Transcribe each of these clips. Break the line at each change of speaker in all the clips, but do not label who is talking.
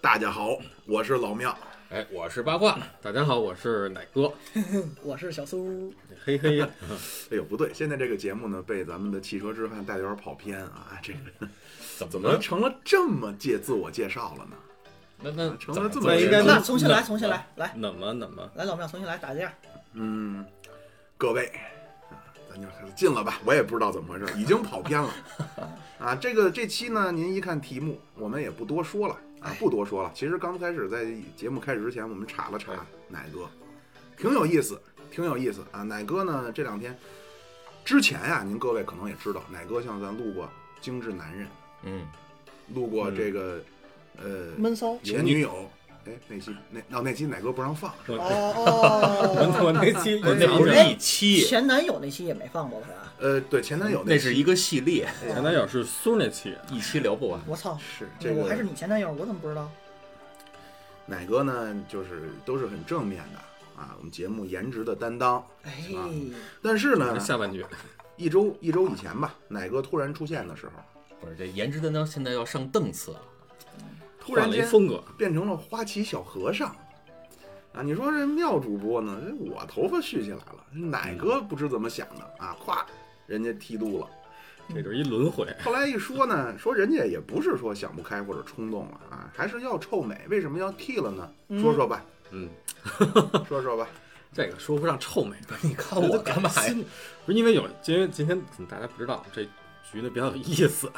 大家好，我是老庙。
哎，我是八卦，大家好，我是奶哥，
我是小苏，
嘿嘿，
哎呦，不对，现在这个节目呢，被咱们的汽车之饭带的有点跑偏啊。哎这个
怎
怎
么
么
了？
成了这么介自我介绍了呢？
那那
成
怎
了
么
这么
那应该
那
那啊重新来，重新来，来
怎么怎么？
来，老庙重新来打个样，
嗯，各位啊，咱就进了吧，我也不知道怎么回 事，已经跑偏了啊。这个这期呢，您一看题目，我们也不多说了
哎
啊，不多说了。其实刚开始在节目开始之前，我们查了
哎
查奶哥，挺有意思，挺有意思啊。奶哥呢，这两天之前呀、您各位可能也知道，奶哥像咱录过《精致男人
嗯，》，
录过
嗯
这个、呃
闷骚
前女友，哎，那期那哦那期奶哥不让放，
我
哦
我我 那期
我那不是
哎
一期，
前男友那期也没放过吧？是吧
呃，对前男友
那
期
是一个系列，
前男友是苏那期，
一期聊不完。
我操，
是这个
我还是你前男友，我怎么不知道？
奶哥呢，就是都是很正面的啊，我们节目颜值的担当。
哎，
但是呢
这，下半句，
一周一周以前吧，奶哥突然出现的时候，
不是这颜值担当现在要上档次了，
突
换
然
了一
间
风格，
变成了花旗小和尚啊！你说这妙主播呢？这我头发蓄起来了，奶哥不知怎么想的啊，咵，人家剃度了。
这就是一轮回。
后来一说呢，说人家也不是说想不开或者冲动了啊，还是要臭美。为什么要剃了呢？说说吧，
嗯，
说说吧。
这个说不上臭美，
你看我干嘛呀？
心不是因为有，因为今天可能大家不知道这局呢比较有意思。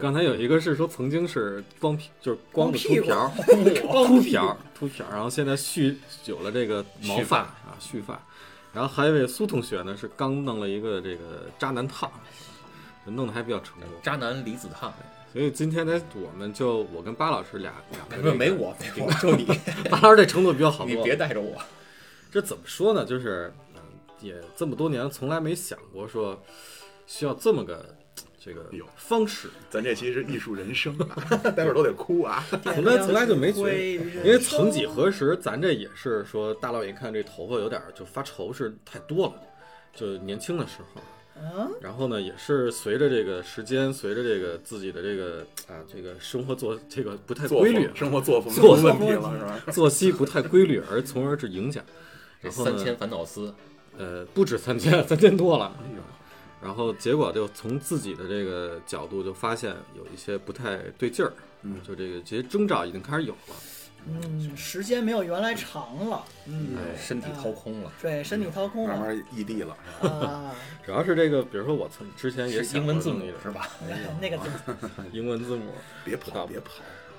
刚才有一个是说曾经是光屁，就是光的秃瓢， 光哦秃瓢，秃瓢，然后现在蓄有了这个毛
蓄
发
发
啊，蓄发。然后还有一位苏同学呢，是刚弄了一个这个渣男烫，弄得还比较成功。
哎渣男离子烫，
所以今天呢，我们就我跟巴老师俩两个
没
这个
没我，没我，就你，
巴老师这程度比较好
你
多了。
别带着我。
这怎么说呢？就是，嗯，也这么多年从来没想过说需要这么个这个
哎呦
方式，
咱这期是艺术人生 啊，待会儿都得哭 啊。
哎
从来从来就没觉得，
因
因为曾几何时，咱这也是说大老远一看这头发有点儿就发愁是太多了，就年轻的时候。啊
嗯，
然后呢，也是随着这个时间，随着这个自己的这个啊，这个生活作这个不太
作
规律，啊
风生活作风
作
出问
风
题了是吧？
作息不太规律，而从而致影响。
这
然后呢
三千烦恼丝，
呃，不止三千，三千多了。哎然后结果就从自己的这个角度就发现有一些不太对劲儿，
嗯
就这个这些征兆已经开始有了。
嗯，时间没有原来长了，嗯，
哎身体掏空了，
对，身体掏空
慢
了
慢异地了，
啊，
主要是这个，比如说我曾之前也
是
想
英
过
文字
这么
母
一个
是吧？
那个
英文字母，
别
知道
跑，别跑，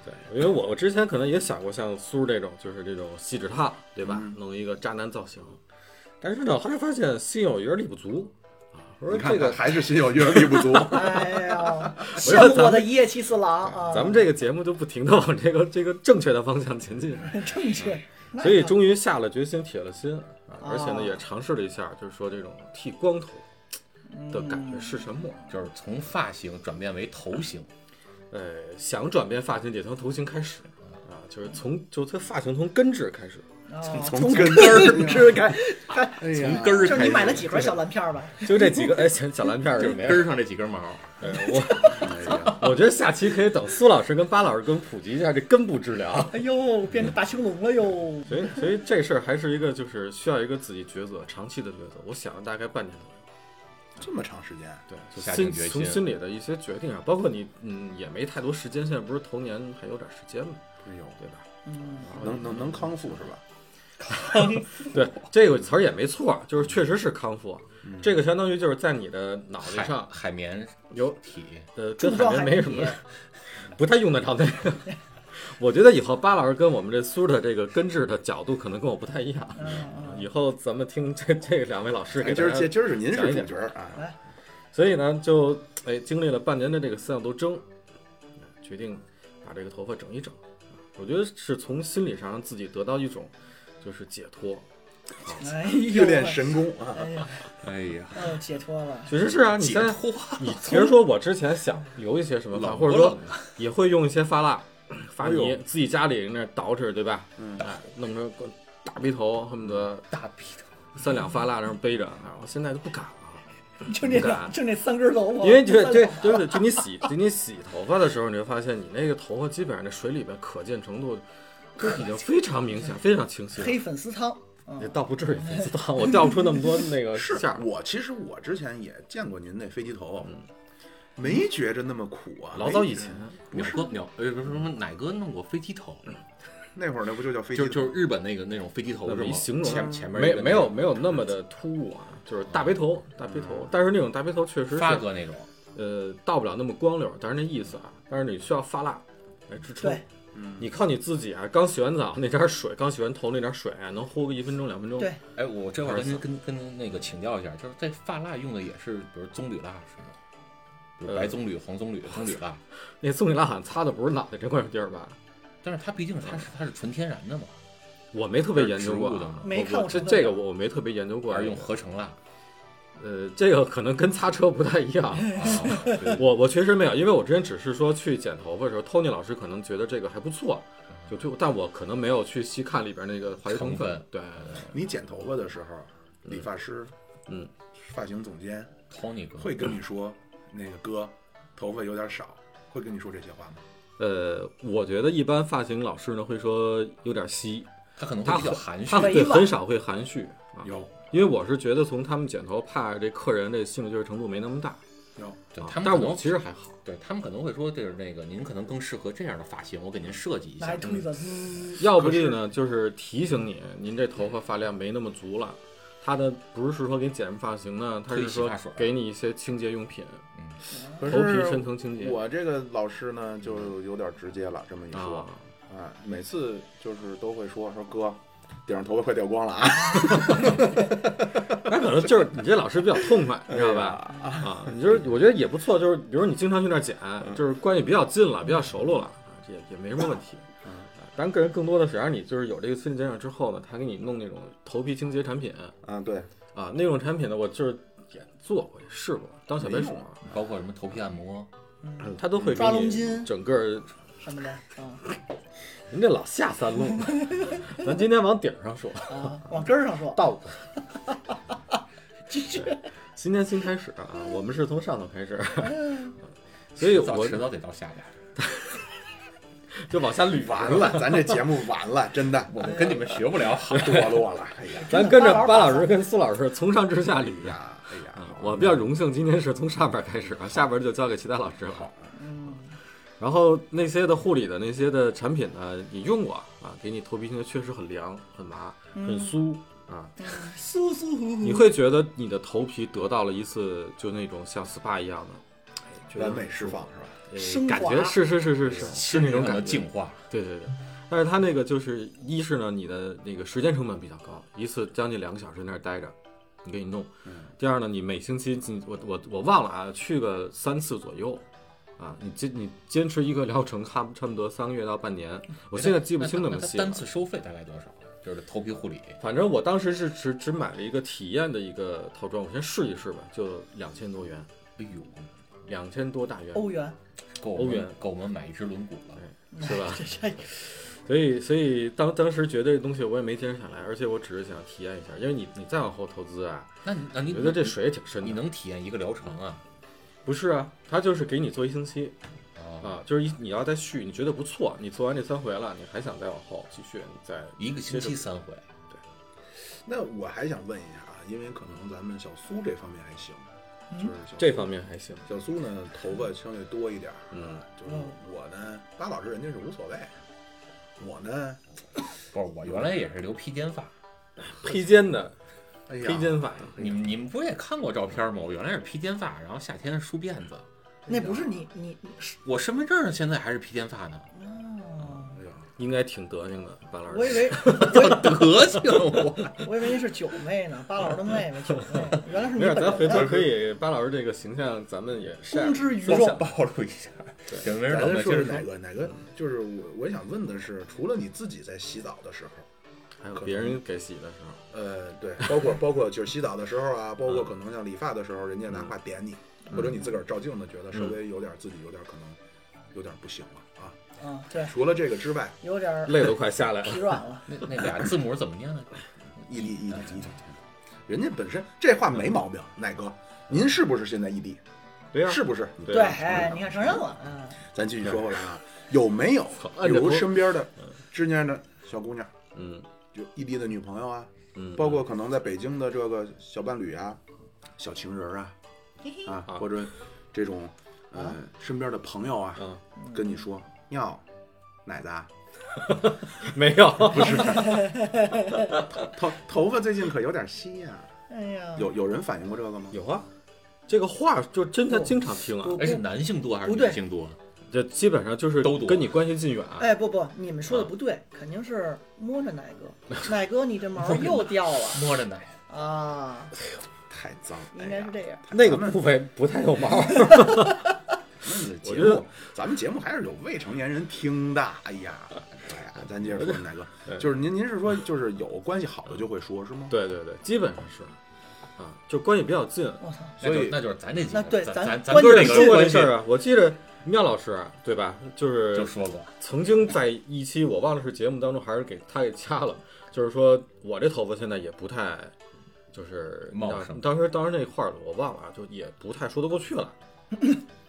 对，因为我我之前可能也想过像苏这种，就是这种锡纸烫，对吧？
嗯
弄一个渣男造型，但是呢，后来发现心有余而力不足啊。我说
你
这
看看
个，
还是心有余而力不足。
哎呀， 羡慕我的一夜七次郎啊！
咱们这个节目就不停的往这个 这个正确的方向前 进。
正确，那
所以终于下了决心，铁了心啊！
哦
而且呢，也尝试了一下，就是说这种剃光头的感觉是什么？
就是从发型转变为头型，
呃，想转变发型得从头型开始啊，就是从就它发型从根治开始，
啊
从根儿
支开，
哎呀
从根
就
儿
是
开
你
始，
买了几盒小蓝片儿吧？
就这几个哎小小蓝片儿
就是
就没
根
了。
儿上这几根毛，
呃我
哎呀
我觉得下期可以等苏老师跟巴老师跟我们普及一下这根部治疗。
哎呦，变成大青龙了哟！
所以所以这事儿还是一个就是需要一个自己抉择，长期的抉择。我想了大概半年左右。
这么长时间，
对，就
下
心
定决心
从心里的一些决定上，包括你，嗯，也没太多时间，现在不是头年还有点时间嘛，
哎呦，
对吧？
嗯，
能能能康复是吧？
对， 嗯这个词儿也没错，就是确实是康复，这个相当于就是在你的脑袋
海
上
海绵
有，
体，
呃，跟
柱
海
状
绵
海
没
绵
什么，不太用得着那个。 我觉得以后巴老师跟我们这苏的这个根治的角度可能跟我不太一样，
嗯
以后咱们听这这两位老师
哎
给
今儿
大家
今今儿是您
讲
是
一
主
讲
角儿啊，
所以呢，就哎经历了半年的这个思想斗争，决定把这个头发整一整，我觉得是从心理上让自己得到一种就是解脱。
哎
修
呦，
炼神功啊，
哎呀，
哎呀，
嗯，解 脱了，
确实是啊，你
解
现在
脱，
你其实说我之前想留一些什么饭，
冷
或者
不
说
冷啊？
也会用一些发蜡、发
哎
泥
呦，
自己家里那儿捯饬，对吧？
嗯
哎，弄成个大背头，恨不得
大逼头，
三两发蜡那儿背着。啊我现在都不敢了，
就那
不敢
就那三根头发，
因为
这
对对对不对？就你洗，就你洗头发的时候，你会发现你那个头发基本上那水里边可见程度都已经非常明显、非常清晰了。
黑粉丝汤，嗯
也倒不 至于粉丝汤，我掉不出那么多那个
是
馅儿。
我其实我之前也见过您那飞机头，没觉着那么苦啊。
老早
没
以前，
鸟哥鸟呃不是什么奶哥弄过飞机头，
那会儿那不就叫飞机
就
头？
就是日本那个那种飞机头
那
是
么
吗？
一形容
前前面一
没
个
没有没有那么的突兀啊，就是大背头，大背头，但是那种大背头确实是
嗯发哥那种，
呃，到不了那么光溜，但是那意思啊，但是你需要发蜡来支撑
对。
嗯，
你靠你自己啊，刚洗完澡那点儿水，刚洗完头那点儿水啊，能呼个一分钟两分钟。
对
哎，我这会儿
儿子
跟跟跟那个请教一下，就是这发蜡用的也是，比如棕榈蜡是吗？比如白
呃
棕榈、黄棕榈、棕榈 蜡，
那棕榈蜡好像擦的不是脑袋这块地儿吧？
但是它毕竟它是它是纯天然的嘛，
我没特别研究过
这是植物的吗
啊，
没
我
看过
我这
成分
这个我我没特别研究过
而
而
用
已。
合 成蜡。
呃，这个可能跟擦车不太一样。
啊，对
我我确实没有，因为我之前只是说去剪头发的时候，Tony 老师可能觉得这个还不错，就就，但我可能没有去细看里边那个化学成
成分
对，
你剪头发的时候，理发师，
嗯，
发型总监
Tony 哥
会跟你说，那个哥，头发有点少，会跟你说这些话吗？
呃，我觉得一般发型老师呢会说有点稀，
他可能
他
会比较含蓄
他，
委
对
婉
很少会含蓄啊，
有
因为我是觉得从他们剪头，怕这客人这兴趣程度没那么大。
有，
对
啊
他们
但
可
我
能
其实还好，
对他们可能会说，就是那个您可能更适合这样的发型，我给您设计一
拿
下
一。推子，嗯
要不地呢就是提醒你，您这头发发量没那么足了。他的不是说给你剪发型呢，他
推
是
洗
说
发水
给你一些清洁用品，
嗯
可
头皮
是
深层清洁。
我这个老师呢，就有点直接了，这么一说
啊，，
啊，每次就是都会说说哥，顶上头发快掉光了啊，
那可能就是你这老师比较痛快，你知道吧？
吧？
哎
啊，你就是我觉得也不错，就是比如你经常去那儿剪，
嗯
就是关系比较近了，比较熟络了，啊，这也也没什么问题。
嗯
啊，当然个人更多的是让你就是有这个心理建设之后呢，他给你弄那种头皮清洁产品
啊，对，
啊，那种产品呢，我就是也做过，也试过，当小白
没
鼠
用，
嗯包括什么头皮按摩，
嗯
他都会
哎抓
给
龙
你
筋
整个
什么的啊
您这老下三路， 咱今天往顶上说，
啊，往根儿上说，
到
继续，
今天新开始啊，我们是从上头开始，所以
嗯早
我
迟早得到下边。
就往下捋
完了，咱这节目完了，真的，我们
跟你们学不了好，
堕落了，哎呀
咱跟着巴老师跟苏老师从上至下捋
哎
呀。
呀，哎呀
啊，，我比较荣幸，今天是从上边开始 啊，下边就交给其他老师了。
嗯，
然后那些的护理的那些的产品呢，你用过啊，给你头皮清洁确实很凉、很麻、很酥啊，
舒舒服服，
嗯
你会觉得你的头皮得到了一次就那种像 SPA 一样的，哎觉得
完美释放是吧？
呃
升华
感觉是是是是 是是那种
可
感
能
觉，
净化。
对对对。但是它那个就是一是呢，你的那个时间成本比较高，一次将近两个小时在那儿待着，你给你弄。
嗯，
第二呢，你每星期你我我我忘了啊，去个三次左右，啊，你坚你坚持一个疗程，差不差不多三个月到半年，我现在记不清那么
那他
细
单
了。
次收费大概多少？啊就是头皮护理，
反正我当时是只只买了一个体验的一个套装，我先试一试吧，就两千多元，
哎呦，
两千多大元，
欧元，
够我
欧元
们够我们买一只轮毂了。
是吧？
这这
所以所以当当时觉得这东西我也没坚持下来，而且我只是想体验一下，因为你你再往后投资啊，
那你那
我
你
觉得这水也挺深
你
的。
能体验一个疗程啊？
不是啊，他就是给你做一星期，
啊，
哦
啊，就是一你要再续，你觉得不错，你做完这三回了，你还想再往后继续，你再
一个星期三回，
那我还想问一下啊，因为可能咱们小苏这方面还行，
嗯
就是小苏
这方面还行。
小苏呢头发相对多一点儿，
嗯，
就是我呢，巴老师人家是无所谓，我呢，
不是我原来也是留披肩发，
披肩的
哎呀，
披肩法，
你们你们不是也看过照片吗？我原来是披肩发，然后夏天梳辫子，
那不是你你你
我身份证上现在还是披肩发呢，
哦，
哎呀，
应该挺得性的，巴老
我以
师。
为
要德行啊我。
我以为那是九妹呢，巴老师的妹妹 九妹，原来是你
没事，
本
咱
人
回头可以巴老师这个形象，咱们也晒
公之于
分
众
享。
暴露一下，行，没人
咱
懂的，
说
接着
哪
说。
个哪个？就是我我想问的是，除了你自己在洗澡的时候，
还有别人给洗的时候，
呃，对， 包括包括就是洗澡的时候啊，包括
嗯
可能像理发的时候，人家拿话点你，或者你自个儿照镜子觉得稍微有点自己有点可能有点不行了啊。
嗯，对，
除了这个之外，
有点儿
泪都快下来了。
疲软了。
那那俩字母怎么念呢？
异地异地异地，人家本身这话没毛病，奶哥，您是不是现在异地？
对呀，
是不是？
对啊
对，哎，你看承认了，嗯，
啊嗯咱继续说回来啊，呃有没有
操
比
摁着
如
头
身边的之前的小姑娘，
嗯
就异地的女朋友啊，
嗯，
包括可能在北京的这个小伴侣啊、小情人啊
嘿嘿，
啊，
啊
或者这种
啊
呃身边的朋友啊，
嗯
跟你说哟，奶子啊，
没有，
不是头头发最近可有点稀呀、
哎呀，
有有人反映过这个吗？
有啊。这个话就真的经常听啊，
不
哎，是
不，
男性多还是
不对
女性多？
这基本上就是
都多啊
跟你关系近远，啊
哎不不，你们说的不对，肯定是摸着奶 哥，奶哥你这毛又掉了
摸着奶，
啊，
太脏，哎
应该是这样。
那个部位不太有毛。
咱们的节
我觉得
目，咱们节目还是有未成年人听的。哎呀，哎呀，咱接着说，奶哥，
对
就是您您是说就是有关系好的就会说是吗？
对对对，基本上是，啊，就关系比较近。
我操，
那就
所以
那就是咱这几
那
个，
对
咱
咱
咱咱
关
哥
键
对，你
儿那个
说过
关
这
系
事儿啊，我记得妙老师对吧？就是
就说过，
曾经在一期我忘了是节目当中还是给他给掐了，就是说我这头发现在也不太，就是
茂
当
盛
当时当时那块儿我忘了，啊，就也不太说得过去了，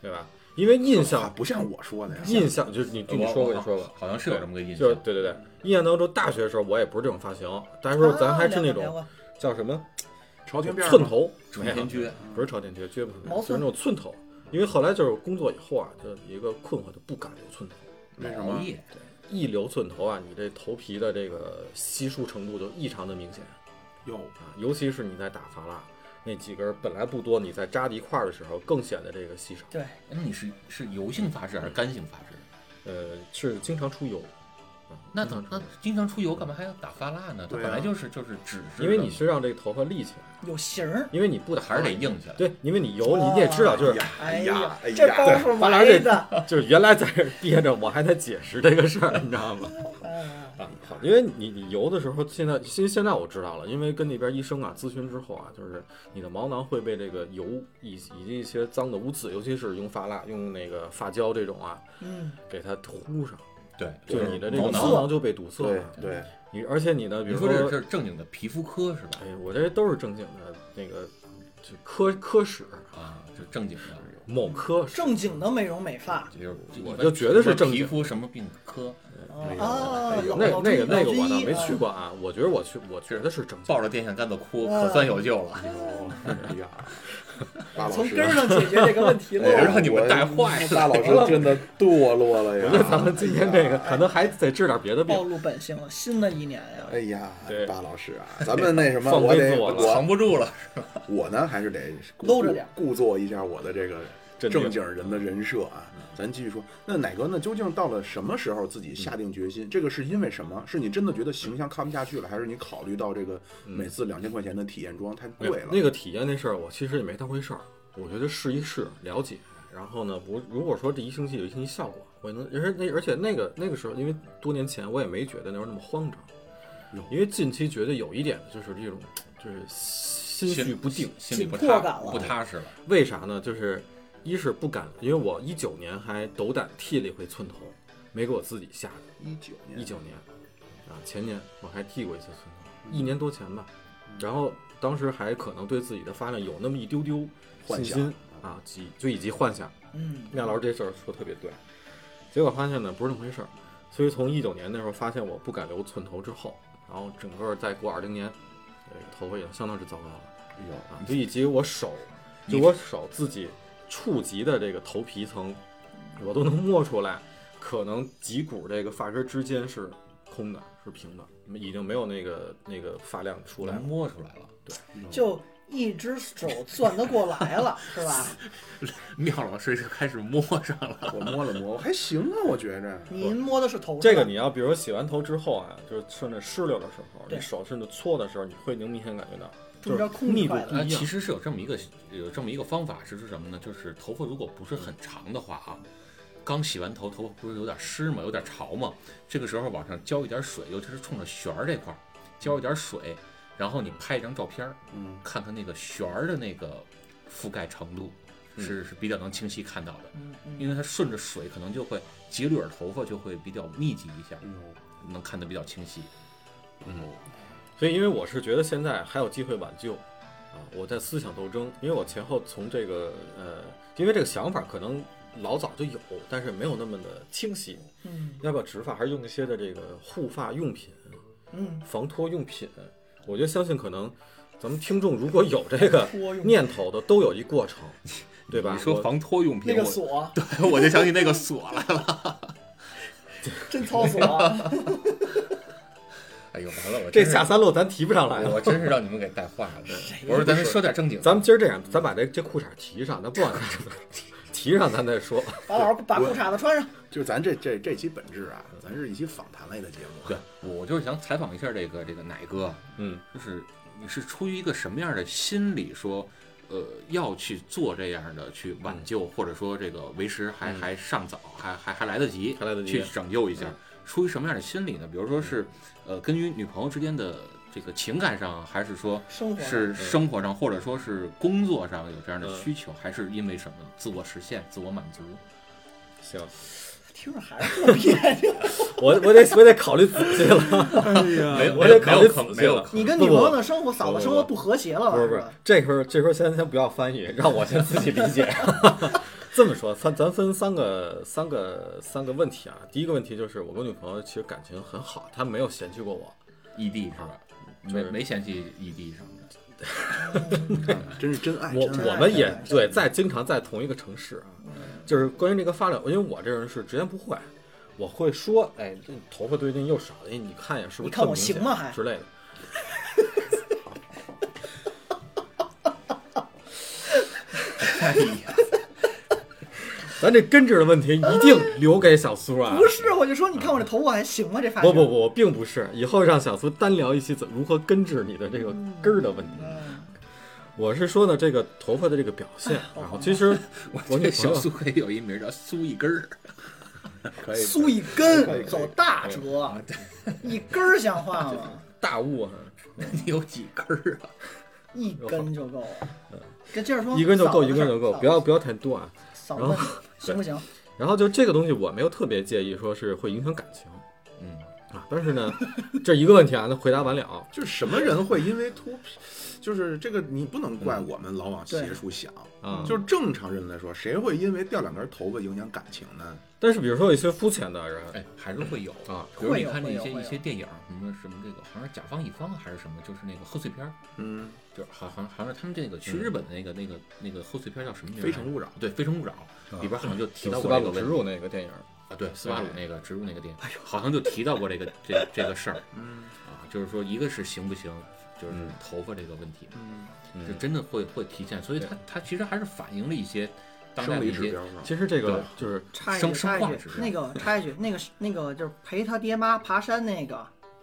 对吧？因为印
啊
象
不像我说的呀。
印象就是你就你
我
说过
我
你说过。
好像是有这么个印
就
象
是。对对对，印象当中大学的时候我也不是这种发型，大学时候咱还是那
啊聊
种
吧
叫什么
朝天辫儿吗
哦寸，头，
纯天
没有
撅，
不是朝天撅，撅不
毛
就是
寸
那种寸头。因为后来就是工作以后啊，就有一个困惑，就不敢留寸头。
为什
熬
哦
么？
夜
一留寸头啊，你这头皮的这个稀疏程度就异常的明显
哟，
啊，尤其是你在打发蜡，那几根儿本来不多，你在扎在一块儿的时候更显得这个稀少。
对，
哎那你是是油性发质还是干性发质？
呃，是经常出油，啊
那怎么那经常出油，干嘛还要打发蜡呢？它
对啊
本来就是就是脂质的嘛，
因为你是让这个头发立起来，
有型儿。
因为你不打
还是得硬起来。
对，因为你油，你也知道，啊就是
呀，
哎
呀
呀，，
哎
这包
呀，
袱
完了
埋 的，
就是原来在这儿憋着，我还在解释这个事儿，你知道 吗？
嗯，
啊，好，因为你你游的时候，现在现现在我知道了，因为跟那边医生啊咨询之后啊，就是你的毛囊会被这个油以以及一些脏的污渍，尤其是用发蜡、用那个发胶这种啊，
嗯，
给它糊上，
对，
就是你的这
毛
个
囊
毛。囊就被堵塞
对
了。
对，
你而且你的比
你
如
说这是正经的皮肤科是吧？
哎，我这都是正经的那个，就科科室
啊，就正经的，
某科室
正经的美容美发。
就是
我就觉得是正经
皮肤什么病科，
哎
没有
哦
没有，
那那个那个我倒
呢
没去。过啊，我觉得我去我觉得是正经
抱着电线杆子哭，可算有救了。
哎 呀，大老
从
师
根儿
啊
上解决这个问题
哎呀
我
了。
让你们带坏了
大老师真的堕落了呀！
我觉得咱们今天这个可能还得治点别的病
暴。露本性了，新的一年呀，
哎呀，
对
大老师啊，咱们那什么，
放
我
飞
得
自我了
我
藏不住了，
我呢还是得故
搂着点儿
故作一下我的这个
镇定嗯
正经人的人设啊。咱继续说，那奶哥呢？究竟到了什么时候自己下定决
嗯
心？这个是因为什么？是你真的觉得形象看不下去了，还是你考虑到这个每次两千块钱的体验装太
哎
贵了？
嗯那个体验那事儿，我其实也没当回事儿，我觉得试一试，了解。然后呢，不，如果说这一星期有一星期效果，我也能，而且那而且那个那个时候，因为多年前我也没觉得那时候那么慌张
哟，
因为近期觉得有一点就是这种就是心绪不定，
心里不
紧迫感
踏
了
不踏实了。
为啥呢？就是一是不敢，因为我一九年还斗胆剃了一回寸头，没给我自己吓的。
一九年，
一九年啊，前年我还剃过一次寸头，一年多前吧。然后当时还可能对自己的发量有那么一丢丢
幻
信
想
心啊，及就以及幻想。
嗯，
廖老师这事儿说得特别对，结果发现呢不是那么回事儿。所以从一九年那时候发现我不敢留寸头之后，然后整个再过二零年，这个头发已经相当之糟糕了
哎呦，
啊，就以及我手，就
你
我手自己触及的这个头皮层，我都能摸出来，可能几股这个发根之间是空的，是平的，已经没有那个那个发量出来了
能。摸出来了，
就一只手攥得过来了，是 吧？
妙老师就开始摸上了，
我摸了摸，我还行啊，我觉着。
您摸的是头上，
这个你要比如说洗完头之后啊，就是顺着湿溜的时候，
对
你手甚至搓的时候，你会能明显感觉到，
中间空
密
出
度
来
不
的，
呃，
一
其
样。
实是有这么一个有这么一个方法，是指什么呢？就是头发如果不是很长的话啊，刚洗完头，头发不是有点湿嘛，有点潮嘛，这个时候往上浇一点水，尤其是冲着旋儿这块儿浇一点水，然后你拍一张照片儿，
嗯，
看看那个旋儿的那个覆盖程度
嗯
是是比较能清晰看到的，
嗯嗯，
因为它顺着水可能就会几缕儿头发就会比较密集一
哎
下，
嗯
能看得比较清晰。
所以，因为我是觉得现在还有机会挽救啊，我在思想斗争，因为我前后从这个呃，因为这个想法可能老早就有，但是没有那么的清晰。
嗯
要不要植发，还是用一些的这个护发用品、
嗯，
防脱用品？我觉得相信可能咱们听众如果有这个念头的，都有一过程，对吧？
你说
我
防脱用
那
品，
个锁
我我就想起那个锁了。
真 操锁，
哎呦，完了，我
这
真是
下三路咱提不 上来了。
哎我真是让你们给带坏了。 我说咱们说点正经的，
咱们今儿这样，咱把这这裤衩提上，咱不往 提上，咱再说。
把老师把裤衩子穿上。
就是咱这这这期本质啊，咱是一期访谈类的节目。
对，我就是想采访一下这个这个奶哥，啊
嗯，
就是你是出于一个什么样的心理说，呃，要去做这样的去挽救，或者说这个为时还、
嗯
还尚早，还还还来得及，
还来得及
去拯救一下。
嗯
出于什么样的心理呢？比如说是，呃，跟于女朋友之间的这个情感上，还是说
生活上
是生活上，或者说是工作上有这样的
嗯
需求，还是因为什么自我实现、自我满足？
行，
听着还是特别 扭。
我我得我得考虑仔细了。
没有
我得考虑
可
仔细
没有
了
可
你跟女朋友的生活、嫂子生活不和谐了吧，
不是不是
吧？，
这会儿这会儿先先不要翻译，让我先自己理解。 这么说，咱咱分三个三个三个问题啊。第一个问题就是，我跟女朋友其实感情很好，她没有嫌弃过我。
异地是吧？
就
没
是
没嫌弃异地什么的，
真是
哎
真爱，
我
真爱
我们也对，在经常在同一个城市啊，
嗯
就是关于这个发展，因为我这人是直言不讳，我会说，哎，这头发最近又少了，哎你看一眼是不
你
是
看
特
我
明显
行吗还
之类的。
哎
咱这根治的问题一定留给小苏啊！
不是，啊我就说你看我这头发还行吗？这发
不
型
不不，并不是。以后让小苏单聊一期怎如何根治你的这个根儿的问题。
嗯
我是说呢，这个头发的这个表现，然后其实我
哎我
女
这
朋
小
友
苏可以有一名叫苏一根儿，
哎
可
苏一根走大
啊
折，一根儿像话吗？
大悟啊，
你有几根儿啊？
一根就够了。这接着说，
嗯一根就
嫂
够，
子
一根就够，
嫂子
不要不要太多啊。
嫂
然
子行 不行？
然后就这个东西，我没有特别介意，说是会影响感情
嗯，
啊。但是 呢，这一个问题啊，那回答完了，
就是什么人会因为秃皮，就是这个你不能
嗯
怪我们老往邪处想。
啊，
嗯
就是正常人来说，谁会因为掉两根头发影响感情呢？
但是比如说有一些肤浅的人
哎，还是会有
啊。
比如
会
你
有
看那
会有
些
会
一
有
些电影，什么什么这个，好像是甲方乙方还是什么，就是那个贺岁片儿，
嗯，
就是好好像好像是他们这个去日本的那个那个那个贺岁片儿叫什么名儿
非
来着？
诚勿扰
对，《非诚勿扰》嗯里边好像就提到
四
过
八
这个
五植
问题
入那个电影，
啊，对，斯巴鲁那个植入那个电影，哎好像就提到过 这个这这个事儿
嗯
啊，就是说一个是行不行，就是头发这个问题，
嗯，
就真的会会提现，所以它它其实还是反映了一些当代
生
的
理
一
指
些
标是吧？
其实这个
对
就是
插一句，
生
插
生
一
化
句
指，标
那个插一句，那个是那个就是陪他爹妈爬山那个，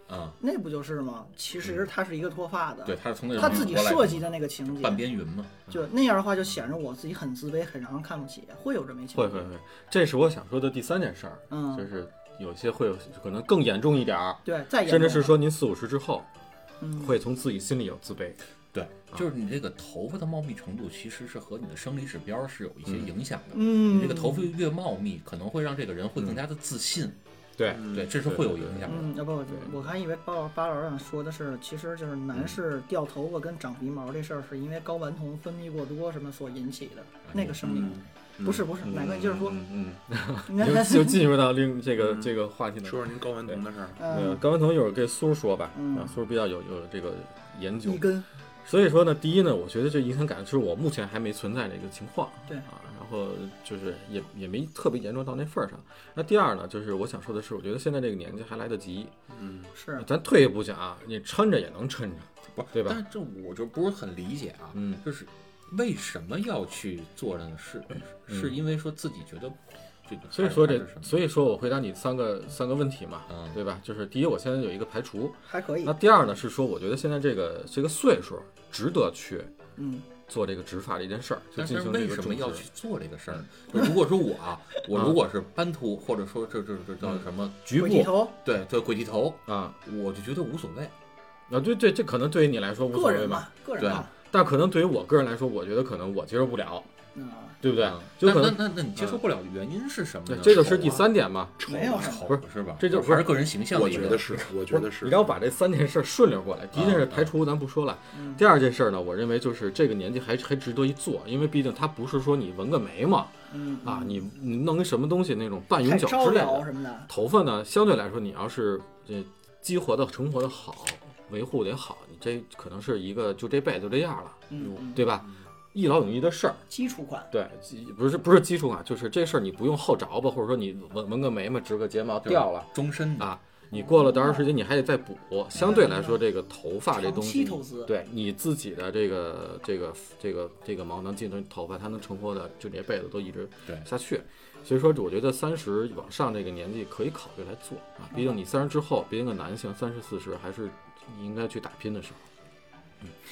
啊，
那不就是吗？其
嗯
实他是一个脱发的，
对，他是从那
他自己
过来的
设计的那个情
半
节，
边云嘛，
就那样的话就显着我自己很自卑，很让人看不起，会有这么一情
会
节。
会
嗯
会，这是我想说的第三件事儿，
嗯
就是有些会有可能更严重一点儿，
对，再严
甚至
重
是
了
说您四五十之后
嗯
会从自己心里有自卑。
对，就是你这个头发的茂密程度，其实是和你的生理指标是有一些影响的。
嗯，
你这个头发越茂密，可能会让这个人会更加的自信，
对，
嗯
嗯
对，这是会有影响的。
嗯，要不我我还以为巴老巴老师想说的是，其实就是
嗯
男士掉头发跟长鼻毛这事儿，是因为睾丸酮分泌过多什么所引起
哎
的
啊
那个生理。
嗯
不是不是，奶哥你接着说，
嗯， 嗯
你看
又又进入到另这个
嗯
这个话题呢。
说说您睾丸酮的事儿。
呃，
嗯，
高文彤一会儿跟苏儿说吧，
嗯
啊，苏儿比较有有这个研究
一，根，
所
所
以说呢，第一呢，我觉得这影响感就是我目前还没存在的一个情况，
对
啊，然后就是也也没特别严重到那份儿上。那第二呢，就是我想说的是，我觉得现在这个年纪还来得及，
嗯，
是
咱退一步讲啊，你抻着也能抻着，
不是，
对吧
但是这我就不是很理解啊，
嗯
就是为什么要去做这个事？是因为说自己觉得这个还
嗯
是，
所以说这
还是什，么
所以说我回答你三个三个问题嘛，
嗯
对吧？就是第一，我现在有一个排除，
还可以
那，第二呢是说，我觉得现在这个这个岁数值得去
嗯，
做这个执法这件事儿，就
但
进
是
行这
为
个嗯
什
重
么要
视
去做这个事儿？就如果说我 啊，我
嗯
如果是班图，或者说这这这叫什么局
鬼剃
部，
头，
对对，鬼剃头，
啊
我就觉得无所谓。
啊，对对，这可能对于你来说无所
个
谓
人
吧，
吧，个人
啊
吧，
但可能对于我个人来说，我觉得可能我接受不了，
嗯，
对不对
嗯？
就
那
可
那
能嗯
那那你接受不了的原因是什么
对
呢？，
这就是
丑
第
啊，
三点嘛。
没有
丑
不是
是吧？
这就
还是个人形象
我
的一
觉
个。
得是，我觉得
你
是。
要把这三件事儿顺溜过来。第一件事排除，咱不说了。
嗯
第二件事呢，我认为就是这个年纪还还值得一做，因为毕竟它不是说你纹个眉毛
嗯嗯
啊，你你弄一什么东西那种半
太
永久
招
之类啊
摇
的。
什么的，
头发呢，相对来说，你要是这激活的成活的好，维护得好，你这可能是一个就这辈子就这样了，
嗯，嗯
对吧？一劳永逸的事儿，
基础款，
对，基不是不是基础啊，就是这事儿你不用后着吧，或者说你纹纹个眉毛、植个睫毛
对
掉了。
终身的，
啊，你过了多长时间你还得再补。相对来说，这个头发这
长
东
期
西，
投资，
对你自己的这个这个这个这个毛囊进成头发，它能成活的，就你这辈子都一直
对
下去。所以说，我觉得三十往上这个年纪可以考虑来做啊，毕竟你三十之后，毕竟个男性三十四十还是你应该去打拼的时候。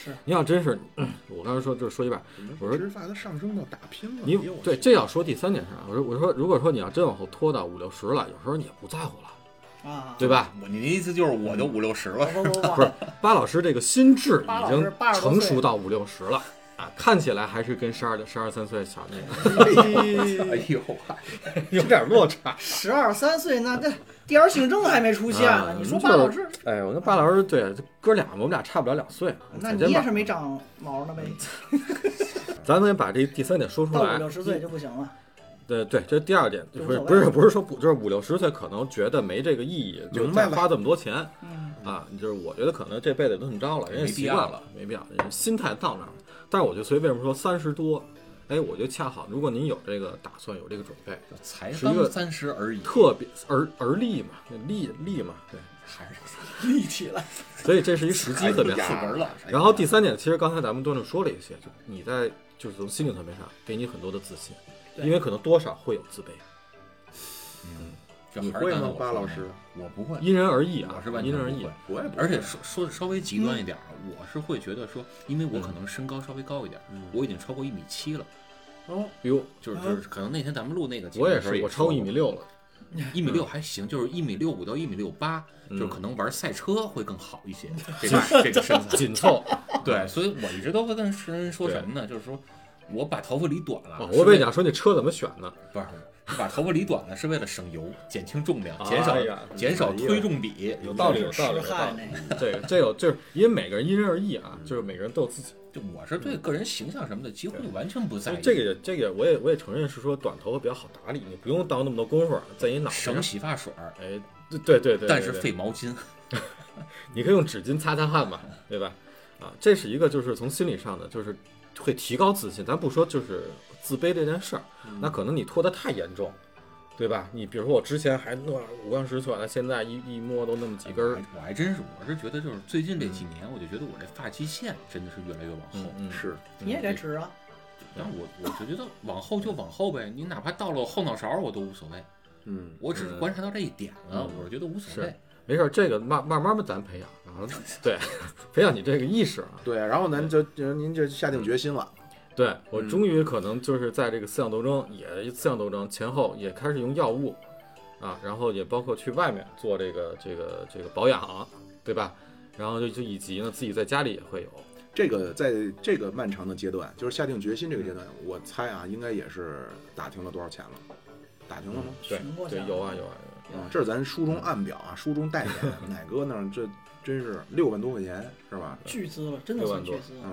是
你要真是， 我刚才说就是说一半，我说
直发它上升到打拼了，
你
哎呦我
对
去
这要说第三件事啊，我说我说，如果说你要真往后拖到五六十了，有时候你也不在乎了，
啊，
对吧？
我你的意思就是我
嗯
就五六十了，
不不不
不是巴老师这个心智
巴
已
老师
经
82
成熟到五六十了啊，看起来还是跟十二的十二三岁小那个
哎呦，
有点落差。
十二三岁那这第二性征还没出现呢，
啊
你说
就
巴老师，
哎呦，那巴老师对这哥俩，我们俩差不了两岁。
那
咱
你
先
也
把
是没长毛呢呗，
嗯 咱们先把这第三点说出
到五
来
六。十岁就不行了，
对对，这是第二点，
就
不是
无所谓
不是不是说不，就是五六十岁可能觉得没这个意义，就
明白
再
了
花这么多钱
嗯，
啊，就是我觉得可能这辈子都这么着了，人家
没必
习
要
惯
了，
没必要，人家心态到那儿了。但是我觉得，所以为什么说三十多？哎，我觉得恰好，如果您有这个打算，有这个准备，
才
是一个
刚三十而已，
特别而而立嘛，那立立嘛，对，
还是
立体了，
所以这是一时机特别
出
好。
门了。
然后第三点，其实刚才咱们段正说了一些，就你在就是从心理层面上给你很多的自信，
对
因为可能多少会有自卑，
这
你
还是
会
刚才
吗
我，
巴
说
老
的
师？
我不会，
因人而异啊
我是，完
因
全
人
不
而异
会。。
我也不会，
而且说说的稍微极端一点儿，我是会觉得说，因为
嗯
我可能身高稍微高一点儿，我已经超过一米七了，
哦，
比如
就是就是可能那天咱们录那个节目
我
的
也
时候
是，
也
我超过一米六了， 嗯
一米六还行，就是一米六五到一米六八，就是可能玩赛车会更好一些，这个 这个身材。
紧 凑。
对，所以我一直都会跟世人说什么呢？就是说我把头发理短了
哦，我问你啊，说那车怎么选呢？
不是把头发理短了是为了省油，减轻 重量，
啊
减少
哎呀
减少 推重比，
有道理，有
痴
道理，有道
汉
理。
那个，
这个这有就是因为每个人因人而异
嗯
啊，就是每个人都有自己。
就我是对个人形象什么的几乎就完全不在
所
意
以。这个也这个我也我也承认是说短头发比较好打理，你不用倒那么多功夫啊在你脑袋上
省。洗发水儿，
哎，对对对对，
但是
对
费毛巾。
你可以用纸巾擦擦汗嘛，对吧？啊，这是一个就是从心理上的，就是会提高自信。咱不说就是自卑这件事儿，那可能你拖得太严重，对吧？你比如说我之前还那五杠十寸，那现在一一摸都那么几根
我
儿
还，我还真是，我是觉得就是最近这几年，我就觉得我这发际线真的是越来越往后。
嗯，
是
你也该吃啊，
但是我我就觉得往后就往后呗，你哪怕到了我后脑勺我都无所谓，
嗯，
我只是观察到这一点了，我是觉得无所谓
是。没事儿，这个慢慢慢慢咱培养，然后对， 培养你这个意识啊。
对。然后咱就就您就下
嗯
定决心了，
对我终于可能就是在这个思想斗争，也思想斗争前后也开始用药物啊，然后也包括去外面做这个这个这个保养，对吧？然后就就以及呢自己在家里也会有，
这个在这个漫长的阶段，就是下定决心这个阶段，我猜啊，应该也是打听了多少钱了，打听了吗？
嗯对
嗯全过
对
奖嗯
有啊有啊，
啊，这是咱书
嗯
中暗表啊，书中代 表，奶哥那儿这真是六万多块钱是吧？
巨资了，真的算巨资了，
嗯，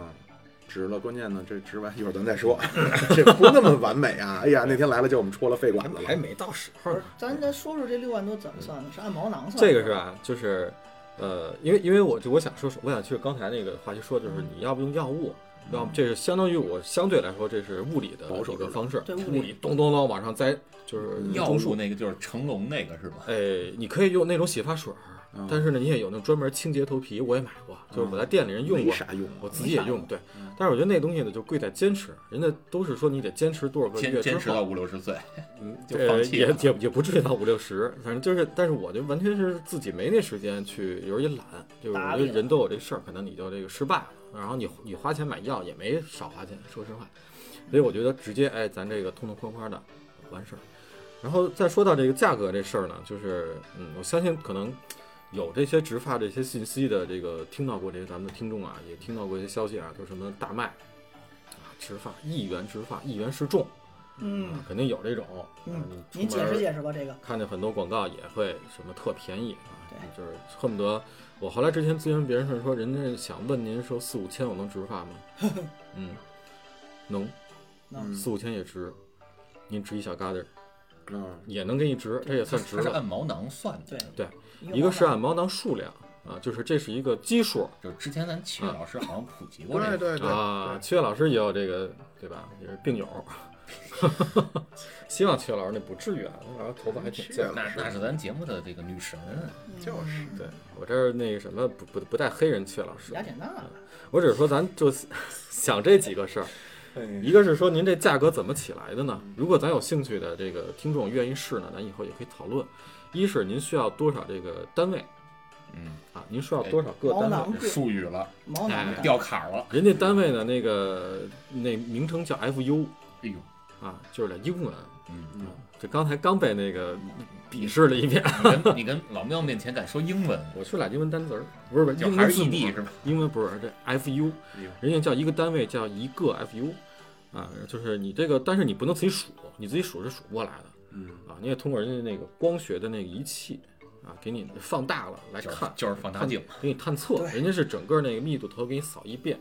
值了。关键呢，这值完一会儿咱再说，
嗯
这不是那么完美啊。哎呀，那天来了就我们戳了肺管子
有啊
了。
没到时
不是，咱再说说这六万多怎么算的？是按毛囊算的？
嗯这个是吧？就是呃，因为因为我就我想说，我想去刚才那个话题说，就是你要不用药物。要不这是相当于我相对来说，这是物理的
保守
一个
治疗
方式，
对物理
物理咚咚咚往上栽，就是
药
中枢
物那个就是成龙那个是吧？
哎，你可以用那种洗发水儿，
哦
嗯
但是呢，你也有那种专门清洁头皮，我也买过，就是我在店里人用
没
过，
啥用，
我自己也
没啥
用过。
用
对，但是我觉得那东西呢，就贵在坚持，人家都是说你得坚持多少个
坚
月之
坚持到
后，
五六十岁，
嗯，
就
呃
放弃
也
了
也也不至于到五六十，反正就是，但是我就完全是自己没那时间去，有时候也懒，就是我
打
觉得
理了
人都有这事儿，可能你就这个失败了，然后你你花钱买药也没少花钱，说实话，所以我觉得直接哎，咱这个痛痛快快的完事儿。然后再说到这个价格这事儿呢，就是嗯，我相信可能有这些植发这些信息的这个听到过这些咱们的听众啊，也听到过一些消息啊，就是什么大卖啊，植发一元植发一元示众。
嗯
啊，，肯定有这种。
嗯
啊你
您
出
解
门
释
儿
解释吧，这个
看见很多广告也会什么特便宜啊，
对
你就是恨不得。我后来之前咨询别人是说，人家想问您说四五千我能植发 吗？嗯，能，
能
四五千也植，您植一小疙瘩儿
嗯，
也能给你植，这也算植
它是
了。
按毛囊算的。
对
一个是
按
按毛囊数量啊，就是这是一个基数
就是之前咱七月老师好像普及过这
嗯对
个，
对对
啊。七月老师也有这个，对吧？也是病友。 希望七月老师那不至于啊，那老师头发还挺
七月
健
老
康。
那那是咱节目的这个女神，
就是
嗯
对我这儿那个什么不不不带黑人去老师
雅，典娜，
我只是说咱就想这几个事儿，
对，
一个是说您这价格怎么起来的呢？如果咱有兴趣的这个听众愿意试呢，咱以后也可以讨论。一是您需要多少这个单位
嗯，
啊？您需要多少个单
哎
位？
嗯
术语了，
毛囊
哎
的
掉坎儿了，
人家单位呢，那个那名称叫 FU
哎呦，
啊，就是俩英文。
嗯，
这刚才刚被那个鄙视了一遍，
你跟你跟老喵面前敢说英文，
我是俩英文单词儿，不是不是
就
英
还
文
是
字
异
母
地是吧？
英文不是这 FU，人家叫一个单位叫一个 FU，啊，就是你这个，但是你不能自己数，你自己数是数不过来的
嗯，
啊，你也通过人家那个光学的那个仪器啊，给你放大了来
就是
看，
就是放大镜，
给你探测，
对
人家是整个那个密度头给你扫一遍，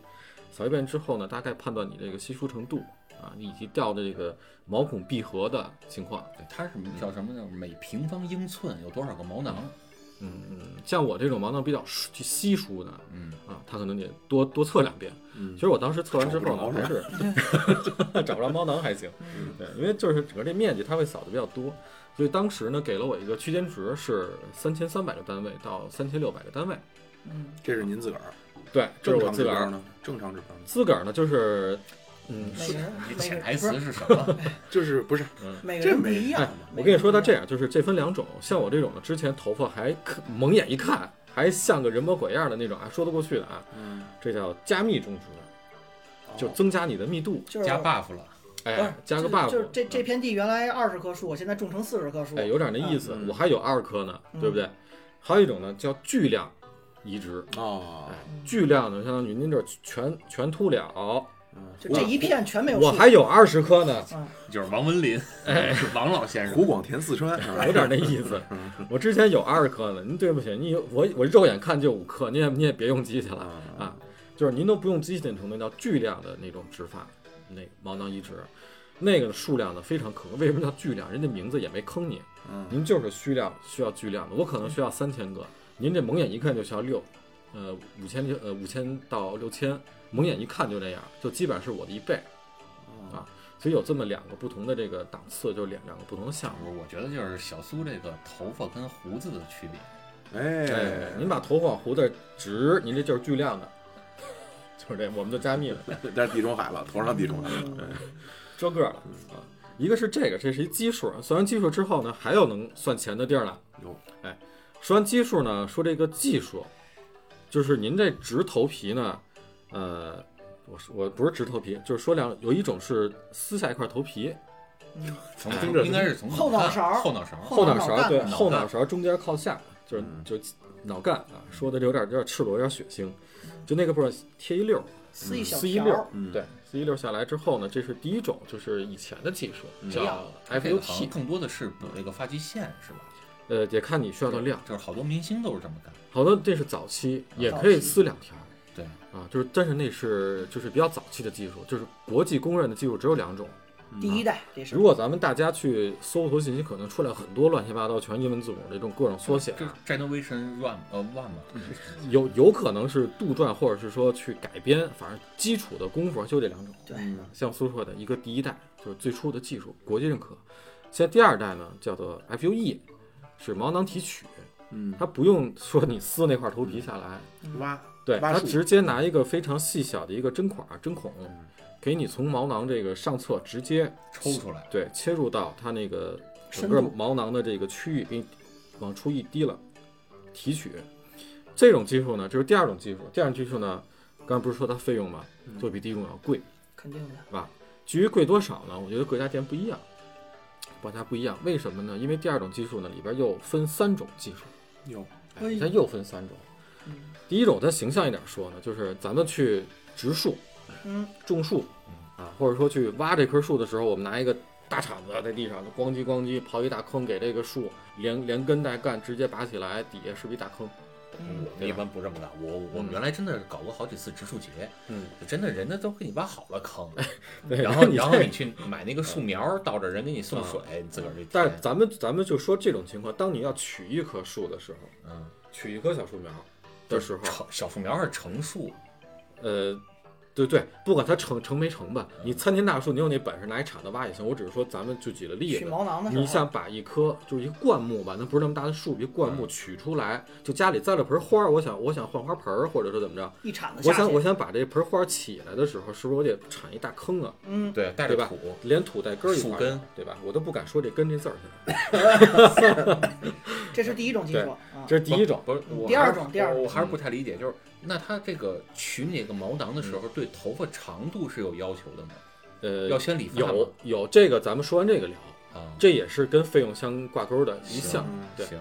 扫一遍之后呢，大概判断你这个稀疏程度啊，以及掉的这个毛孔闭合的情况。
对，它是叫什么呢？每平方英寸有多少个毛囊？
嗯嗯，像我这种毛囊比较疏稀疏的
嗯，
啊，他可能得多多测两遍。其实我当时测完之
嗯
后
找
呢，
不着
还是 找不着猫囊还行，
嗯
对，因为就是整个这面积它会扫的比较多，所以当时呢给了我一个区间值是三千三百个单位到三千六百个单位，
嗯，
这是您自个儿，
对，这
正
是我
常
自
指
个
标
儿，
呢？正常指标呢？
自个儿呢就是，嗯，
每个人每
你
个
潜
人
台
不
词
是
是什么？
就是不是
每个
这
人不
没
一样
哎，我
每个
跟你
人
说，
不
它
一
这
样，
样就是这分两种，像我这种呢，之前头发还可蒙眼一看还像个人模狗样的那种啊，说得过去的啊，
嗯，哦
这叫加密种植，就增加你的密度，
就是
加 buff 了，
不是
哎，加个
就是
buff，
就是这这片地原来二十棵树，现在种成四十棵树
哎，，有点那意思。
嗯
我还有二颗呢，
嗯
对不对？还有一种呢叫巨量移植，
哦
哎，，
嗯
巨量呢相当于您这儿全全秃了，
就这一片全没有树。
我还有二十颗呢，
就是王文 林，是王老先生，
湖广填四川是吧？
有点那意思。我之前有二十颗呢，您对不起，你有我我肉眼看就五颗，您也您也别用机器了
啊，
嗯
啊，就是您都不用机器那种那叫巨量的那种植发，那个毛囊移植。那个数量呢非常可观，为什么叫巨量？人家名字也没坑你，
嗯，
您就是需要需要巨量的，我可能需要三千个，您这蒙眼一看就需要六，呃五千呃五千到六千，蒙眼一看就这样，就基本上是我的一倍，啊，所以有这么两个不同的这个档次，就两两个不同的项目。
我我觉得就是小苏这个头发跟胡子的区别，
哎
哎，，您把头发往胡子直，您这就是巨量的， 就是这，我们就加密了，
但是地中海了，头上地中海了，
嗯
遮个儿了
嗯
啊。一个是这个，这是一基数，啊算完基数之后呢，还有能算钱的地儿了。
有，
说完基数呢，说这个技术，就是您这植头皮呢，呃，我是我不是植头皮，就是说两有一种是撕下一块头皮，
从
啊听着
应该是从
后脑勺
后脑勺，
后脑
脑勺
干
对
脑
后
干
脑勺中间靠下，就是
嗯
就脑干啊，说的有点有点赤裸，有点血腥，就那个部分贴一溜儿，
撕一小
撕一
条
溜
儿
儿，
嗯
对，撕一溜儿下来之后呢，这是第一种，就是以前的技术
嗯
叫
它这个好像
FUT，
更多的是补这个发际线是吧？
呃，也看你需要的量，
就是好多明星都是这么干。
好多这是早期，也可以撕两条。
对，
啊，就是，但是那是就是比较早期的技术，就是国际公认的技术只有两种。
第一代这是
嗯如果咱们大家去搜索信息，可能出来很多乱七八糟全英文字母这种各种缩写啊，
就是 Generation Run 呃 One 嘛，
有有可能是杜撰，或者是说去改编，反正基础的功夫就这两种。
对，
嗯
像苏说的一个第一代就是最初的技术，国际认可。现在第二代呢叫做 E， FUE，是毛囊提取，
嗯，
他不用说你撕那块头皮下来，
挖
对
挖
他
树
直接
嗯
拿一个非常细小的一个针管针孔，
嗯
给你从毛囊这个上侧直接
抽出来，
对切入到它那个整
深
个
度
毛囊的这个区域，给你往出一滴了，提取。这种技术呢，就是第二种技术。第二种技术呢，刚才不是说它费用吗？
嗯
就比第一种要贵。
肯定的。
至于贵多少呢？我觉得各家店不一样，各家不一样。为什么呢？因为第二种技术呢，里边又分三种技术，
有
哎
它又分三种。
嗯
第一种，它形象一点说呢，就是咱们去植树、
嗯，
种树啊，或者说去挖这棵树的时候，我们拿一个大铲子在地上咣叽咣叽刨一大坑，给这个树连连根带干直接拔起来，底下是不是一大坑？
嗯
我们一般不这么干。我我
嗯
们原来真的搞过好几次植树节，
嗯，
就真的人家都给你挖好了坑，
对，
然后
你
然后
这
你去买那个树苗，到这儿人给你送水，你自个儿就
嗯但是
填。
咱们咱们就说这种情况，当你要取一棵树的时候，
嗯，
取一棵小树苗的时候，
成小树苗是成树，
呃，对对，不管它成成没成吧，你参天大树，你有那本事拿一铲子挖也行。我只是说咱们就举了例子，
取毛囊的时候，
你像把一棵就是一个灌木吧，那不是那么大的树，一个灌木取出来，就家里栽了盆花儿，我想我想换花盆儿，或者说怎么着，
一铲子
我
下去，
想我想把这盆花起来的时候，是不是我得铲一大坑啊？
嗯，
对，带
对
着
吧
土，
连土带根儿一块
树
儿
根，
对吧？我都不敢说这“根”这字儿现在。
这是第一种技术啊。
这是第嗯一种，
不是我
第二
还是
种第二种
我还是不太理解，就是那它这个取你这个毛囊的
嗯
时候，对头发长度是有要求的吗？
呃，
要先理发吗
有有这个，咱们说完这个聊，
啊，
这也是跟费用相挂钩的一项。
嗯
对
行，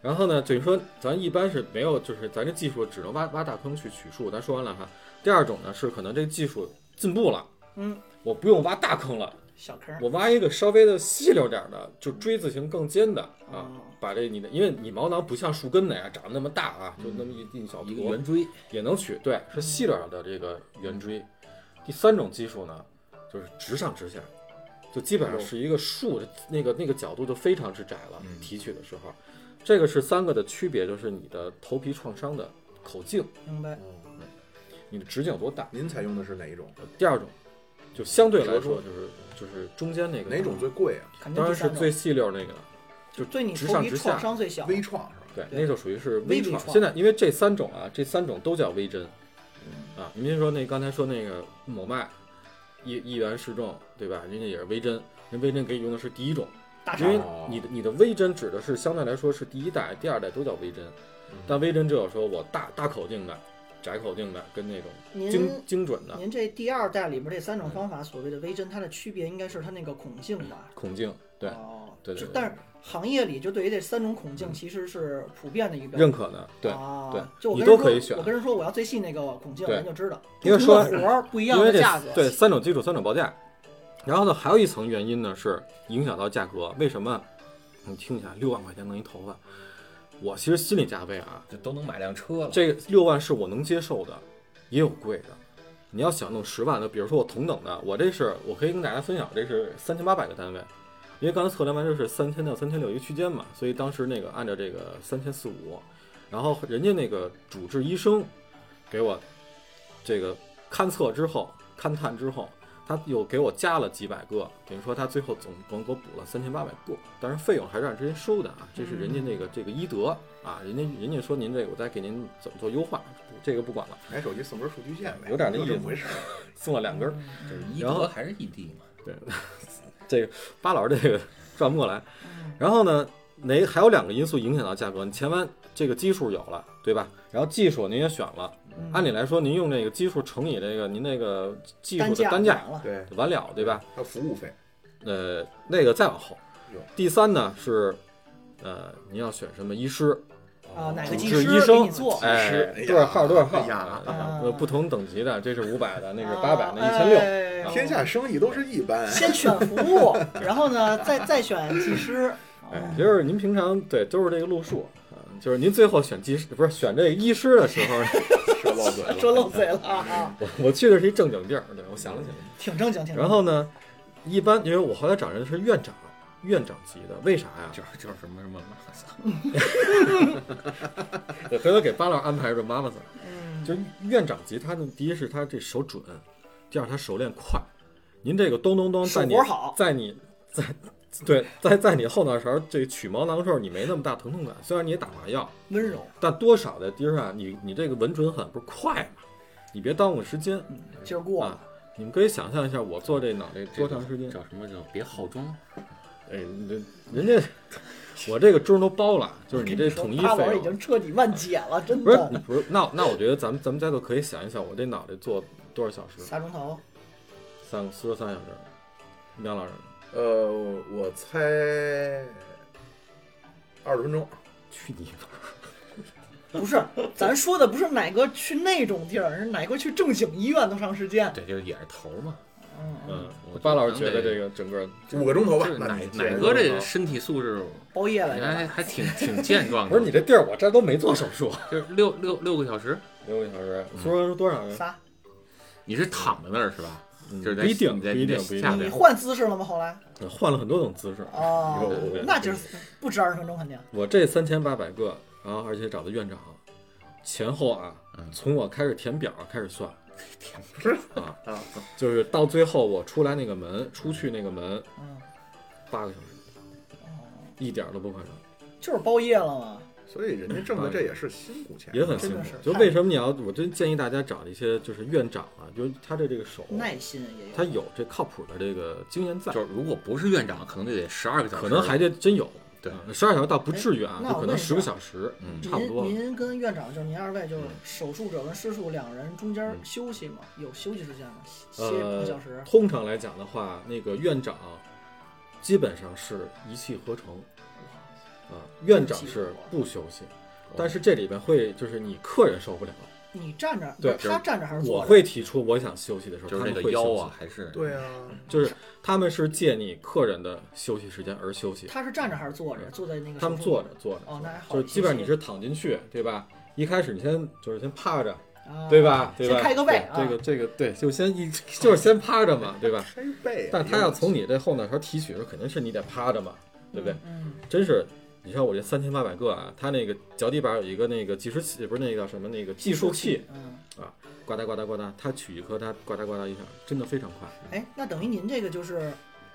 然后呢，等于说咱一般是没有，就是咱这技术只能挖挖大坑去取树。咱说完了哈，第二种呢是可能这个技术进步了，
嗯，
我不用挖大坑了，
小坑儿，
我挖一个稍微的细溜点儿的，就锥字形更尖的啊
哦，
把这你的，因为你毛囊不像树根那样长得那么大啊，就那么一一小
一个
坨
圆锥，
也能取，对，是细溜儿的这个圆锥。第三种技术呢，就是直上直下，就基本上是一个竖的那个那个角度就非常之窄了。
嗯
提取的时候，这个是三个的区别，就是你的头皮创伤的口径，
明白？
你的直径有多大。
您采用嗯的是哪一种？
第二种，就相对来
折中
说就是就是中间那个
哪种最贵啊？
肯定
当
第
然是
三种
最细溜儿那个了，就
对你
直
头
上
皮
直
创
下。
伤最小，
微创是吧？
对，
对
那就属于是微
微创
创。现在因为这三种啊，这三种都叫微针
嗯
啊。您先说那刚才说那个某脉一一元示众，对吧？人家也是微针，人微针给你用的是第一种，
大啊
因
肠
为你的你的微针指的是相对来说是第一代、第二代都叫微针，
嗯
但微针就有说我大大口径的、窄口径的跟那种
您
精精准的嗯
您这第二代里边这三种方法，所谓的微针，它的区别应该是它那个孔径吧？
孔径，对，
哦，
对对
就
对
但是行业里就对于这三种孔径其实是普遍的一个
认可的，对。
啊
对
就我
你
跟人
都可以
说
选
我跟人说我要最细那个孔径，
对
人就知道。
因为
不同的
说
活儿不一样
因为
的
这
价格，嗯
对，三种基础，三种报价。然后呢，还有一层原因呢是影响到价格。为什么？你听一下，六万块钱弄一头发，我其实心理价位啊，
就都能买辆车了。
这六万是我能接受的，也有贵的。你要想弄十万的，比如说我同等的，我这是我可以跟大家分享，这是三千八百个单位，因为刚才测量完这是三千到三千六一个区间嘛，所以当时那个按照这个三千四五，然后人家那个主治医生给我这个勘测之后、勘探之后，他又给我加了几百个，等于说他最后总共给我补了三千八百个，但是费用还是按之前收的啊，这是人家那个这个医德啊，人家人家说您这个我再给您怎么做优化，这个不管了，
买手机送根数据线呗，
有点那
就
意
这
思
么回事儿。
送了两根儿。
这是一
然
德
后
还是异地嘛？
巴老师这个转不过来。然后呢，哪还有两个因素影响到价格？你前弯这个基数有了，对吧？然后技术您也选了，
嗯
按理来说您用这个基数乘以这个您那个技术
单
的
价
单价
涨了，
对，
完了，对吧？
还有服务费，
呃，那个再往后
有，
第三呢是，呃，您要选什么医师？
啊，哪个
主
技
治嗯
师
医
给
生
你做？，
哎
哎，呀
多少号多少号
哎呀
啊
啊
不同等级的，这是五百的，那是
啊
八百的，一千六。啊
哎
天下生意都是一般。
先选服务，然后呢，再再选技师。啊
哎，呃就是您平常对都是这个路数，啊就是您最后选技师不是选这个医师的时候，
说漏嘴了，
说漏嘴了啊，
我去的是一正经地儿，对我想了想。
挺正
嗯
经，挺正经。
然后呢，一般因为我后来找人是院长，院长级的，为啥呀？
就是就是什么什么妈操，
回头给巴老安排着妈妈子，
嗯，
就是院长级，他的第一是他这手准，第二他熟练快。您这个咚咚咚，
手
在你
活好
在你在对，在在你后脑勺这取毛囊的时候，你没那么大疼痛感，虽然你也打麻药，
温柔。
但多少在滴上，啊你你这个稳准狠不是快吗？你别耽误时间
劲儿过
啊！你们可以想象一下，我做这脑这
这
多
个
长时间？
叫什么叫别好装，
哎，人人家我这个钟都包了，就是你这统一
八
费
老已
用。
经彻底万解了，真
不是你
的。
不是，那那我觉得咱们咱们在座可以想一想，我这脑袋做多少小时？
仨钟头，
三四十三小时。梁老师，
呃，我猜二十分钟，
去你
不是，咱说的不是哪个去那种地儿，是哪个去正经医院多长时间？
对，这个也是头儿嘛。
嗯嗯，
嗯
我，
巴老师觉得
咱们得
这个整个
五个钟头吧
这。
那
奶
你接
奶
着
哥
这
这
个
个身体素质，
包夜来
你还
着。
还挺挺健 壮
不
的。
是你这地儿，我这都没做手术，
就是六六六个小时，
六个小时，说多少人？
仨，
你是躺在那儿是吧？
嗯
就是在
不一定，
你
不
在
一定，
你在
不一
下
定
面。
你换姿势了吗？后来
换了很多种姿势。
哦
有，
那就是不止二十分钟肯定。
我这三千八百个，然后而且找的院长，前后啊，从我开始填表开始算，啊
啊，
就是到最后我出来那个门，出去那个门
嗯，
八个小时，哦一点儿都不夸张，
就是包夜了
哦
嘛。
所以人家挣的这也是辛苦钱，
嗯
啊
也很辛苦
真的。是
就为什么你要？我真建议大家找一些就是院长啊，就是他的这个手，
耐心也有。
他有这靠谱的这个经验在，
就是如果不是院长，可能就得十二个小时，
可能还得真有。
对
十二小时倒不至于啊，
哎那
就可
我问
能
一
十
下
个小时，
嗯
差不多了
您您跟院长就是您二位就是
嗯
手术者跟施术两人中间休息吗？有休息时间吗？歇歇半
呃
个小时，？
通常来讲的话，那个院长基本上是一气呵成啊，院长是不休息，但是这里边会就是你客人受不了，
你站着，
对
他站着还是坐
我
着？
会提出我想休息的时候，
就是
他
这
们
个
会
腰
休息
啊，，还是
对啊，
就是他们是借你客人的休息时间而休息，
他是站着还是坐着？坐在那
嗯
个
他们
手术
坐着坐着
哦那还，好
就是基本上你是躺进去，对吧？一开始你先就是先趴着，
啊
对吧？对吧？
先开个胃
对这
啊
个这个对，就先一就是先趴着嘛，对吧？
开背啊。
但他要从你这后脑勺提取的时候，肯定是你得趴着嘛，对不对？
嗯，
真是，你像我这三千八百个啊，他那个脚底板有一个那个计时器，不是那个叫什么那个计数器，，
嗯，
呱嗒呱嗒呱嗒，他取一颗，他呱嗒呱嗒一下，真的非常快。
哎，那等于您这个就是，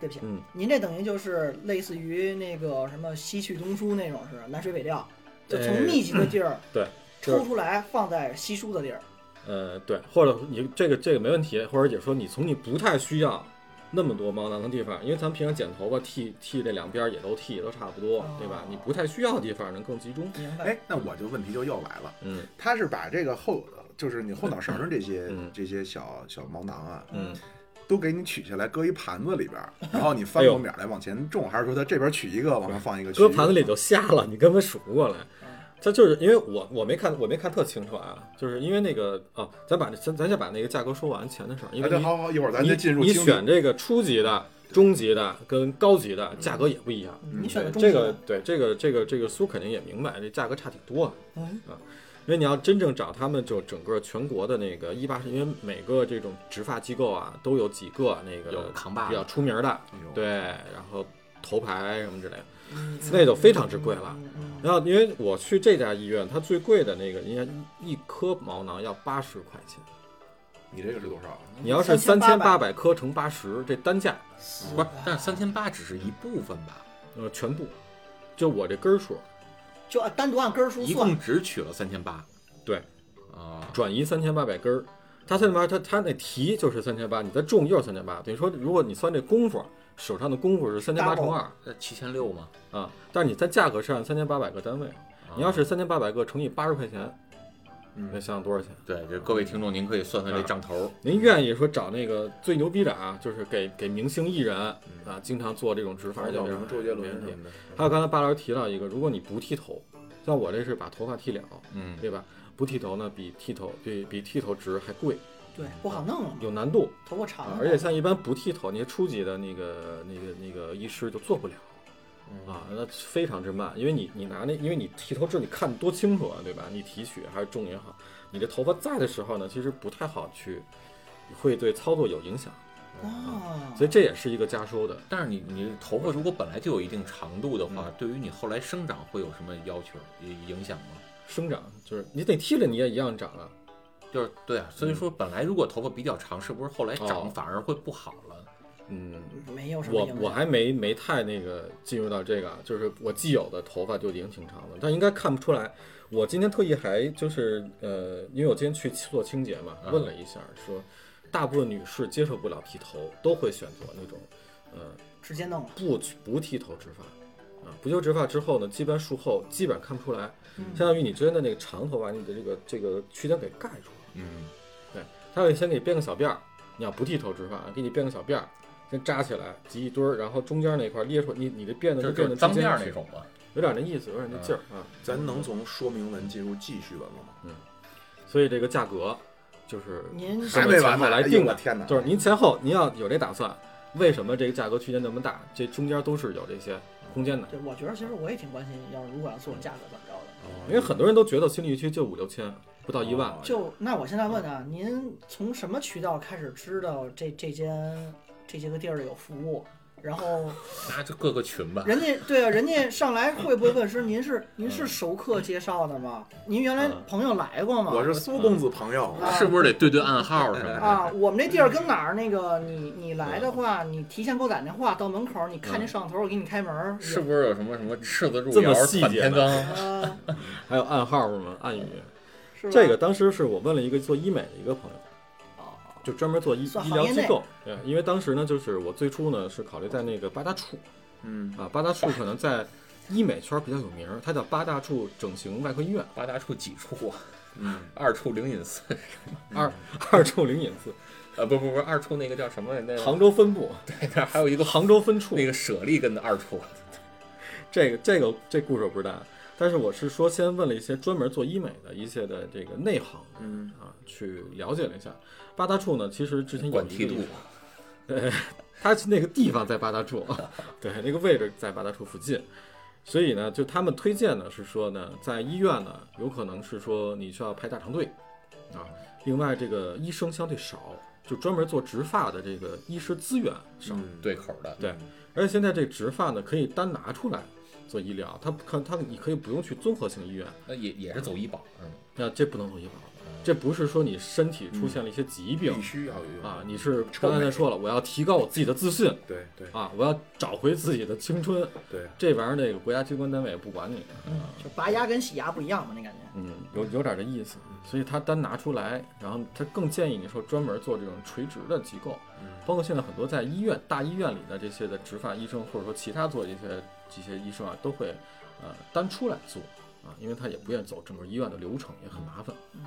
对不起，
嗯，
您这等于就是类似于那个什么西去东输那种是吧南水北调，就从密集的地儿
哎对就是
抽出来放在稀疏的地儿，
呃，对，或者你这个这个没问题，或者也说你从你不太需要那么多毛囊的地方，因为咱们平常剪头发剃剃这两边儿也都剃都差不多，对吧
哦？
你不太需要的地方能更集中。
明白？
哎，那我就问题就又来了，
嗯
他是把这个后，就是你后脑勺上这些
嗯
这些小小毛囊啊，
嗯，哎
都给你取下来，搁一盘子里边儿，然后你翻过面儿来往前种，还是说他这边取一个，往上放一个？
哎搁盘子里就瞎了，你根本数不过来。它就是因为我我没看我没看特清楚啊，就是因为那个啊，咱把这咱咱先把那个价格说完钱的事儿，因
哎，
为
对，
你
好好，一会儿咱
你
就进入
你
经理
选这个初级的、中级的跟高级的价格也不一样。
你嗯选的
嗯
中啊
这
间
个对这个这个这个苏肯定也明白，这价格差挺多啊。
嗯
啊，因为你要真正找他们，就整个全国的那个一八是，因为每个这种植发机构啊，都有几个那
有
个
扛把
比较
子，
出名的，
哎呦
对，然后头牌什么之类的，
嗯
那就非常之贵了。
嗯嗯
然后因为我去这家医院，它最贵的那个应该一一颗毛囊要八十块钱，
你这个是多少？啊
你要是嗯三千
3800
八百颗乘八十，这单价
不
嗯
是？但是三千八只是一部分吧，
呃全部，就我这根儿数
就按单独按根儿数
一
算
共，只取了三千八
对，
啊，
转移三千八百根儿，他三千八，他他那提就是三千八，你再种又是三千八，等于说如果你算这功夫，手上的功夫是三千八乘二
那七千六嘛。
啊，但是你在价格是按三千八百个单位，
啊
你要是三千八百个乘以八十块钱，你
嗯，
想想多少钱？
对，这各位听众，您可以算
啊
算这账头，
您愿意说找那个最牛逼的啊，就是给给明星艺人啊，经常做这种植发，
反正
叫
有什么周杰伦
没问
什
题
么的，
还有刚才巴老师提到一个，如果你不剃头，像我这是把头发剃了，
嗯，
对吧？不剃头呢，比剃头比比剃头值还贵，
对，不好弄了嘛，
有难度。
头发长
啊
了，，
而且像一般不剃头，那些初级的那个那个那个医师就做不了，
嗯
啊，那非常之慢，因为你你拿那，因为你剃头之后你看得多清楚啊，对吧？你提取还是种也好，你这头发在的时候呢，其实不太好去，会对操作有影响，
啊，
所以这也是一个加收的。
但是你你头发如果本来就有一定长度的
嗯
话，对于你后来生长会有什么要求影影响吗？
生长就是你得剃了，你也一样长啊。
就是对啊，所以说本来如果头发比较长，是不是后来长
嗯哦
反而会不好了？嗯，
没有什么
我
影响。
我还没没太那个进入到这个啊，就是我既有的头发就已经挺长了，但应该看不出来。我今天特意还就是呃，因为我今天去做清洁嘛，问了一下，说大部分女士接受不了剃头，都会选择那种呃
直接弄了，
不不剃头植发，啊，不修植发之后呢，基本术后基本看不出来，
嗯
相当于你之前的那个长头发，你的这个这个区间给盖住了。
嗯，
对，他会先给你编个小辫儿，你要不剃头植发，给你编个小辫儿，先扎起来，集一堆儿，然后中间那块儿裂出，你你这辫子
就
会
是
变得
就是脏
中
辫
间
儿
去
那，种吧。
有点那意思，有点那劲儿啊。
咱能从说明文进入记叙文了吗？
所以这个价格就是
您
是
还没完
前后
呢！
来
哎呦
定
我
的，
天哪！
就是您前后您要有这打算，为什么这个价格区间那么大？这中间都是有这些空间的，
对，我觉得其实我也挺关心，要是如果要做价格怎么着的。
因为很多人都觉得心理预期就五六千，不到一万。
哦
就那我现在问啊，您从什么渠道开始知道这这间这些个地儿有服务？然后
那就各个群吧。
人家对啊，人家上来会不会问说您是您是熟客介绍的吗？您原来朋友来过吗？
我是苏公子朋友，
啊
是不是得对对暗号什么的？
啊，我们这地儿跟哪儿？那个你你来的话，你提前给我打电话，到门口你看见摄像头，我给你开门儿。
是不是有什么什么赤子
这
入
么
窑
细
反
节
天
呢
有？
罡？
啊，
还有暗号是吗？暗语。
是吧
这个当时是我问了一个做医美的一个朋友，
哦
就专门做医
算
医
行业
疗机
内
构。对，因为当时呢，就是我最初呢是考虑在那个八大处
嗯，
啊，八大处可能在医美圈比较有名儿，它叫八大处整形外科医院，
八大处几处啊？
嗯，
二处灵隐寺嗯
二二处灵隐寺，
啊，不不不，二处那个叫什么来着？那
杭州分部，
那那还有一个
杭州分处
那。个舍利根的二处。
这个这个这故事我不知道，但是我是说先问了一些专门做医美的一些的这个内行，
嗯
啊，去了解了一下。八大处呢，其实之前有
管
一
梯
个
度，
他那个地方在八大处， 对，那个位置在八大处附近，所以呢，就他们推荐呢是说呢，在医院呢，有可能是说你需要排大长队啊，另外这个医生相对少，就专门做植发的这个医师资源少，
嗯
对口的，
对，而且现在这植发呢可以单拿出来做医疗，他可他你可以不用去综合性医院，
那也也是走医保嗯是吗？
那这不能做医保，
嗯
这不是说你身体出现了一些疾病
必。须要有用
啊，你是刚才在说了，我要提高我自己的自信，
对对
啊，我要找回自己的青春。
对，
这玩意儿，那个国家机关单位也不管你，啊
嗯就拔牙跟洗牙不一样嘛，那感觉。
嗯，有有点这意思。所以他单拿出来，然后他更建议你说专门做这种垂直的机构，包括现在很多在医院、大医院里的这些的植发医生，或者说其他做这些这些医生啊，都会呃单出来做啊，因为他也不愿意走整个医院的流程，也很麻烦。
嗯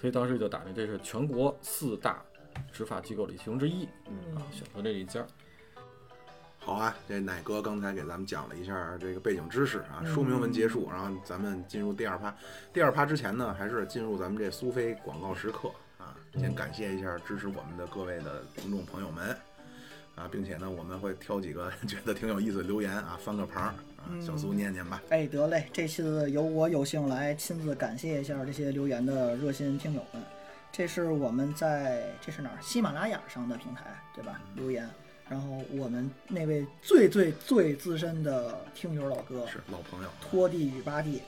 所以当时就打听这是全国四大植发机构里其中之一啊，选择这一家。
好啊，这奶哥刚才给咱们讲了一下这个背景知识啊，
嗯
说明文结束，然后咱们进入第二趴。第二趴之前呢，还是进入咱们这苏菲广告时刻啊，先感谢一下支持我们的各位的听众朋友们啊，并且呢，我们会挑几个 觉得挺有意思的留言啊，翻个牌儿啊，
嗯
小苏念念吧。
哎，得嘞，这次由我有幸来亲自感谢一下这些留言的热心听友们。这是我们在这是哪儿？喜马拉雅上的平台，对吧？留言。然后我们那位最最最资深的听友老哥，
是老朋友，
拖地与巴地。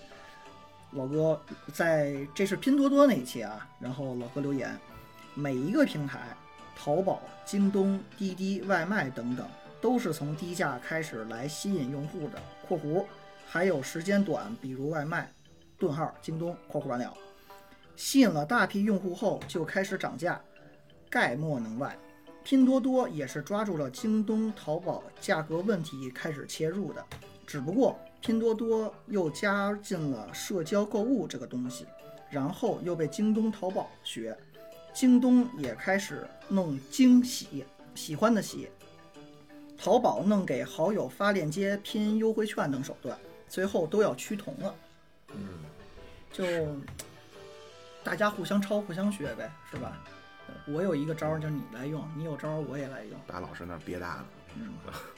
老哥在这是拼多多那一期啊，然后老哥留言，每一个平台，淘宝、京东、滴滴、外卖等等，都是从低价开始来吸引用户的（括弧），还有时间短，比如外卖，顿号京东（括弧完了），吸引了大批用户后就开始涨价，概莫能外。拼多多也是抓住了京东、淘宝价格问题开始切入的，只不过拼多多又加进了社交购物这个东西，然后又被京东、淘宝学，京东也开始弄惊喜，喜欢的喜，淘宝弄给好友发链接、拼优惠券等手段，最后都要趋同了。嗯，就大家互相抄、互相学呗，是吧？我有一个招儿，就是你来用，你有招儿我也来用，
大老师那儿憋大了，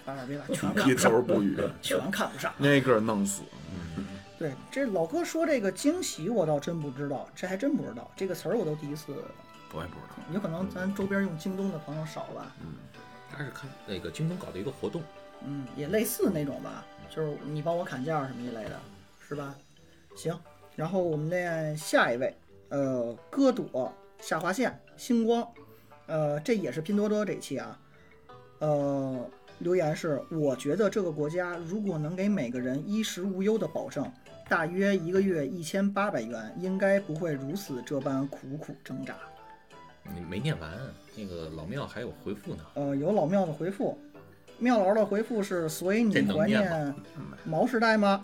八点别把全看
一
不上，
头不语，
全看不上。
那个弄死。
对，这老哥说这个惊喜，我倒真不知道，这还真不知道，这个词儿我都第一次。
我也不知道，
有可能咱周边用京东的朋友少啊吧，
他是看那个京东搞的一个活动，
嗯，也类似那种吧，就是你帮我砍价什么一类的，是吧？行，然后我们再下一位，呃，歌朵、下划线、星光，呃，这也是拼多多这期啊。呃，留言是我觉得这个国家如果能给每个人衣食无忧的保证，大约一个月一千八百元，应该不会如此这般苦苦挣扎。
你没念完，那个老庙还有回复呢。
呃，有老庙的回复，庙老的回复是：所以你
这能
怀
念嗯
念毛时代吗？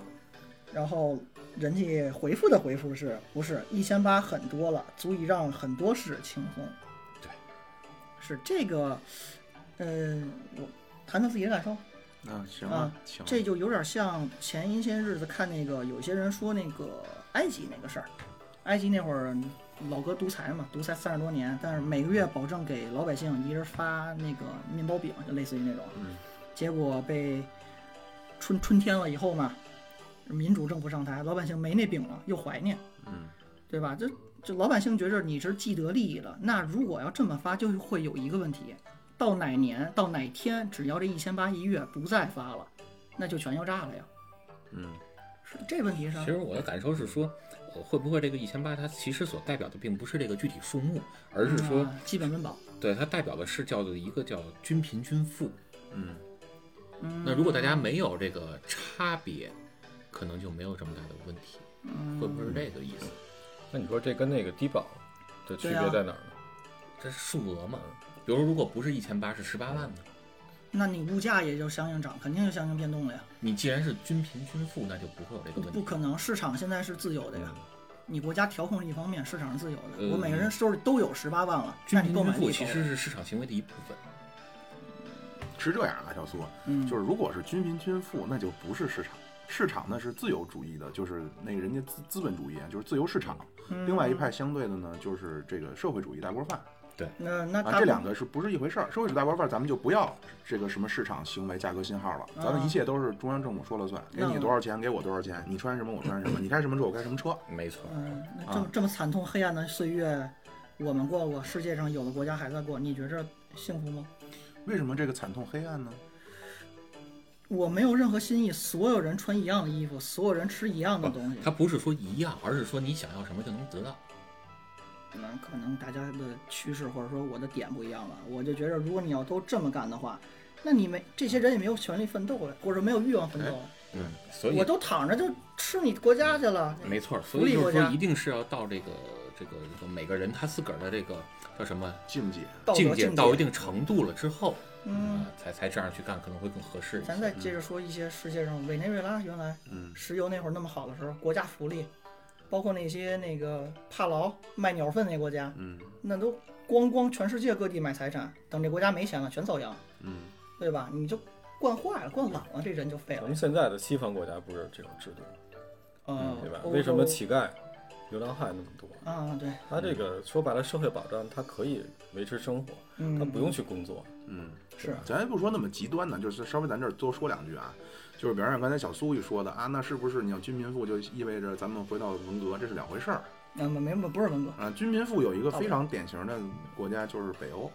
然后人家回复的回复是不是一千八很多了，足以让很多事轻松。
对，
是这个，嗯、我谈谈自己的感受。
啊，行
啊
了，行了，
这就有点像前一些日子看那个，有些人说那个埃及那个事儿，埃及那会儿老哥独裁嘛，独裁三十多年，但是每个月保证给老百姓一人发那个面包饼，就类似于那种，
嗯
结果被春春天了以后嘛，民主政府上台，老百姓没那饼了，又怀念，
嗯，
对吧？这这老百姓觉着你是既得利益了，那如果要这么发，就会有一个问题，到哪年到哪天，只要这一千八一月不再发了，那就全要炸了呀。
嗯，
是这问题上
其，实我的感受是说，呃，会不会这个一千八它其实所代表的并不是这个具体数目，而是说，
啊基本温饱。
对它代表的是叫做一个叫均贫均富。
嗯，
嗯，
那如果大家没有这个差别，可能就没有这么大的问题，
嗯
会不会是这个意思？
那你说这跟那个低保的区
对
别
啊
在哪儿呢？
这是数额嘛？比如说，如果不是一千八，是十八万
嗯
呢？
那你物价也就相应涨，肯定就相应变动了呀。
你既然是均贫均富，那就不会有这个
不
问题。
不可能，市场现在是自由的呀。你国家调控是一方面，市场是自由的。
嗯
我每个人手里都有十八万了，
均
那你
贫
购
均
买
富
力
其
够
实
了
是市场行为的一部分。
是这样啊，小苏，
嗯，
就是如果是均贫均富，那就不是市场，市场那是自由主义的，就是那个人家资资本主义啊，就是自由市场。
嗯
另外一派相对的呢，就是这个社会主义大锅饭
那那
啊，
大
这
部
两个是不是一回事儿？社会主义大锅饭咱们就不要这个什么市场行为、价格信号了，咱们一切都是中央政府说了算，给
嗯那
你
我
多少钱，给我多少钱，你穿什么我穿什么，你开什么车我开什么车。
没错，
嗯，那这么
啊
这么惨痛黑暗的岁月，我们过过，世界上有的国家还在过，你觉着幸福吗？
为什么这个惨痛黑暗呢？
我没有任何新意，所有人穿一样的衣服，所有人吃一样的
不
东西，
它不是说一样，而是说你想要什么就能得到。
那可能大家的趋势或者说我的点不一样吧。我就觉着，如果你要都这么干的话，那你没这些人也没有权利奋斗了，或者没有欲望奋斗了，
嗯，所以嗯
我都躺着就吃你国家去了。
没错儿，
福
所
利
以就
国
是说
家
一定是要到这个这个这个每个人他自个儿的这个叫什么
境界，
道德
境
境
界到一定程度了之后，
嗯，
啊才才这样去干可能会更合适一
咱
些。
再接着说一些世界上委内瑞拉原来
嗯，
石油那会儿那么好的时候，国家福利，包括那些那个帕劳卖鸟粪那国家，
嗯
那都光光全世界各地买财产，等这国家没钱了全遭殃，
嗯，
对吧？你就惯坏了，惯懒了，这人就废
咱
了
们。现在的西方国家不是这种制度，
嗯，
对吧？
欧洲
为什么乞丐、流浪汉那么多？
啊？对，
他这个说白了，社会保障他可以维持生活，
嗯，
他不用去工作。
嗯，
是
咱不说那么极端的，就是稍微咱这儿多说两句啊，就是比方像刚才小苏一说的啊，那是不是你要均贫富就意味着咱们回到文革，这是两回事儿
那么没不是文革，
啊？均贫富有一个非常典型的国家就是北欧，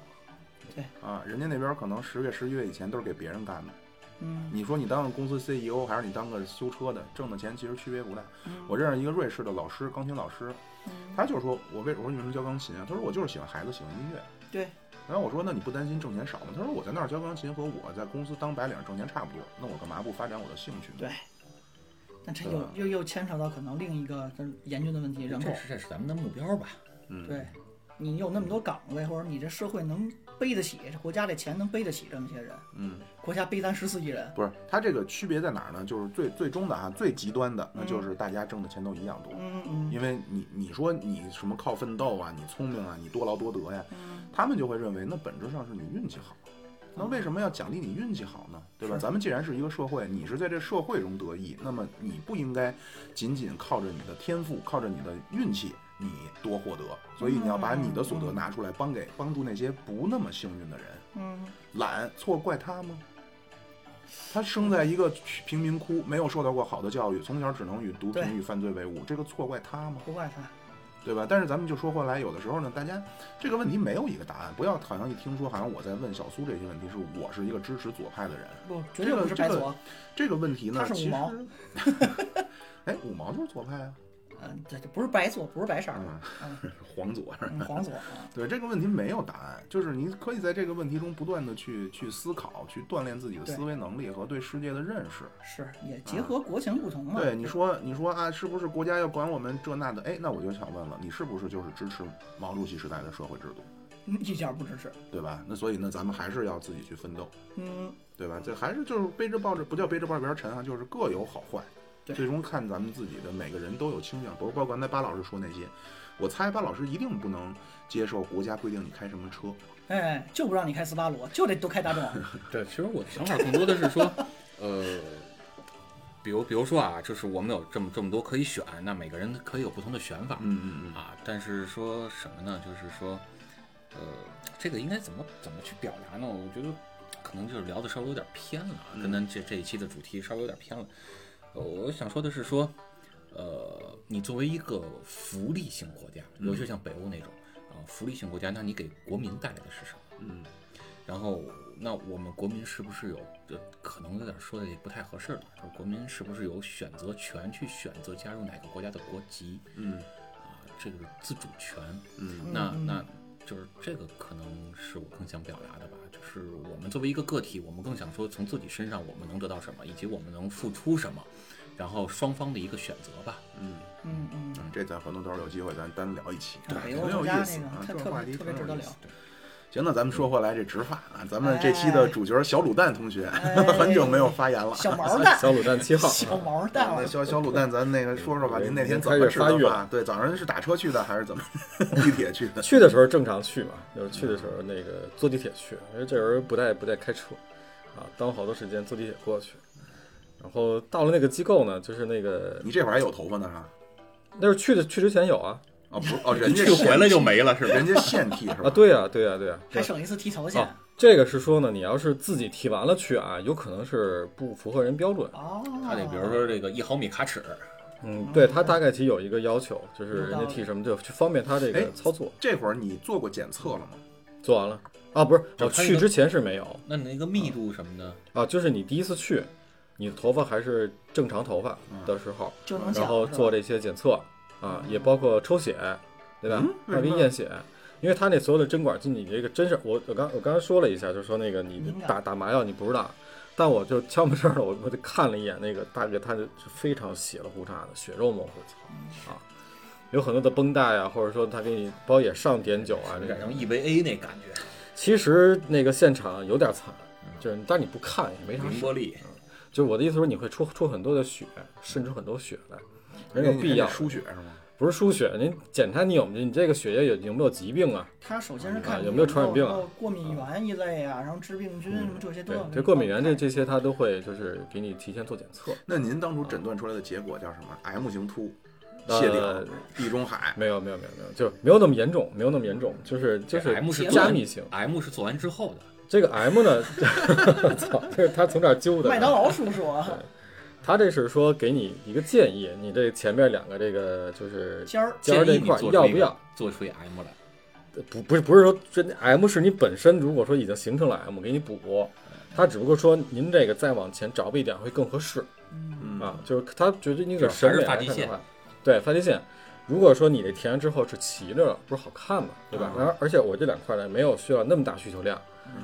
对
啊，人家那边可能十月十一月以前都是给别人干的，
嗯，
你说你当个公司 CEO 还是你当个修车的，挣的钱其实区别不大。我认识一个瑞士的老师，钢琴老师，
嗯
他就是说我为我说你为什么教钢琴啊？他说我就是喜欢孩子，喜欢音乐。
对，
然后我说：“那你不担心挣钱少吗？”他说：“我在那儿教钢琴和我在公司当白领挣钱差不多，那我干嘛不发展我的兴趣呢？”
对那这
对
又
吧
又又牵扯到可能另一个更严峻的问题，人口
这。是这是咱们的目标吧？
嗯，
对，你有那么多岗位，或者你这社会能背得起，这国家这钱能背得起这么些人，
嗯，
国家背咱十四亿人，
不是，他这个区别在哪儿呢？就是最最终的啊，最极端的，那就是大家挣的钱都一样多，
嗯嗯
因为你你说你什么靠奋斗啊，你聪明啊，你多劳多得呀，
嗯，
他们就会认为那本质上是你运气好。那为什么要奖励你运气好呢？对吧？
哦是
咱们既然是一个社会，你是在这社会中得益，那么你不应该仅仅靠着你的天赋，靠着你的运气，你多获得。所以你要把你的所得拿出来，帮给帮助那些不那么幸运的人。
嗯，
懒错怪他吗？他生在一个贫民窟，没有受到过好的教育，从小只能与毒
对
品与犯罪为伍，这个错怪他吗？
不怪他，
对吧？但是咱们就说回来，有的时候呢，大家这个问题没有一个答案，不要好像一听说好像我在问小苏这些问题，是我是一个支持左派的人，
不，绝对不是白左，
这个问题呢
他，是五
其实
毛，
哎，五毛就是左派啊，
嗯，对，不是白左，不是白色的，
啊，
嗯，
黄左是吧
嗯黄左啊，
对这个问题没有答案，就是你可以在这个问题中不断的去去思考，去锻炼自己的
对
思维能力和对世界的认识。
是也结合国情不同嘛。
对，你说你说啊，是不是国家要管我们这那的？哎，那我就想问了，你是不是就是支持毛主席时代的社会制度，
嗯一点儿不支持。
对吧？那所以呢，咱们还是要自己去奋斗，
嗯，
对吧？这还是就是背着抱着不叫背着抱着边沉啊，就是各有好坏。
对
最终看咱们自己的每个人都有倾向，包包括刚才巴老师说那些，我猜巴老师一定不能接受国家规定你开什么车，
哎，就不让你开斯巴鲁，就得都开大众。
对，其实我 的想法更多的是说，呃，比如比如说啊，就是我们有这么这么多可以选，那每个人可以有不同的选法、
嗯嗯嗯，
啊。但是说什么呢？就是说，呃，这个应该怎么怎么去表达呢？我觉得可能就是聊的稍微有点偏了啊，
嗯
跟咱这这一期的主题稍微有点偏了。呃，我想说的是说，呃，你作为一个福利性国家，尤
嗯
其是像北欧那种啊、福利性国家，那你给国民带来的是什么？
嗯，
然后，那我们国民是不是有，这可能有点说的也不太合适了，就是国民是不是有选择权去选择加入哪个国家的国籍
嗯
啊？这个自主权，
嗯
那
嗯
那就是这个可能是我更想表达的吧，就是我们作为一个个体，我们更想说从自己身上我们能得到什么，以及我们能付出什么，然后双方的一个选择吧。
嗯，
嗯嗯，
这咱回头到时候有机会咱单聊一期，
北欧
很有
国
意
哎家
思
那
啊
个，
这
特
个
特
话
别
题
特别
很
值
有
得
意
聊
思。。行，那咱们说回来这植发啊，咱们这期的主角小卤蛋同学、
哎
很久没有发言了。
小毛蛋，
小卤蛋 七号，
小毛蛋
那
了，
小小卤蛋，咱那个说说吧，
嗯
您那天怎
开始
么吃
发
的
育
饭？
了
对，早上是打车去的还是怎么地铁去的？
去的时候正常去嘛，就是去
嗯
的时候那个坐地铁去，因为这人不带不带开车，啊，耽误好多时间坐地铁过去。然后到了那个机构呢，就是那个
你这会儿还有头发呢哈？
那是去的去之前有啊
啊，不是哦，人家
去
现
回来就没了是吧？
人家现剃是吧？
啊，对呀、对呀、对呀、
还省一次剃头钱。
啊，这个是说呢，你要是自己剃完了去啊，有可能是不符合人标准。
哦，
他得比如说这个一毫米卡尺，
嗯，对他大概其有一个要求，就是人
有道
家
理
剃什么就去方便他这
哎
个操作。
这会儿你做过检测了吗？
做完了啊，不是，
就
我、
哎他那
去
个
之前是没有
那你那个密度什么的，
啊，就是你第一次去，你的头发还是正常头发的时候，
就能
然后做
这
这些检测啊，也包括抽血，对吧
嗯？
还
为什
有
么
验血，因为他那所有的针管进你这个针是，我我刚我刚才说了一下，就是说那个你
敏感
打打麻药你不知道，但我就敲门声了，我我就看了一眼那个大哥，他就非常血了胡叉的，血肉模
嗯
糊啊，有很多的绷带啊，或者说他给你包也上碘酒啊，
有
这
点像
种。
EVA E 那感觉，
其实那个现场有点惨，就是但你不看也没啥
凌
事
波，丽。
就是我的意思是你会出出很多的血，渗出很多血来，没有
人家
必要。
输血是吗？
不是输血，您检查你有没有你这个血液有有没有疾病啊？
他首先是
啊
看
有没有传染病啊嗯
然后过敏源一类啊，然后致病菌什么这些都
对
要给你，
这过敏源这
看
这些他都会就是给你提前做检测。
那您当初诊断出来的结果叫什么？M 型突、
呃
谢顶、地中海。
没有没有没有没有，就没有那么严重，没有那么严重，就是就
这
是
M 是
加密性。
M 是做完之后的，
这个 M 呢， 操，这是他从这儿揪的。
麦当劳 叔叔啊，
他这是说给你一个建议，你这前面两个这个就是
尖儿
尖儿这
建议
一
你
块
做出
要
一
不
个
要？
做出一 M 来？
不不是不是说这 M 是你本身如果说已经形成了 M 给你补，他只不过说您这个再往前找一点会更合适。
嗯
啊，就是他觉得那
就
个
是
审
还
美
是发
来
际
看的
线
话，对发际线。如果说你这填完之后是齐着了，不是好看嘛，对吧？然后而且我这两块呢没有需要那么大需求量，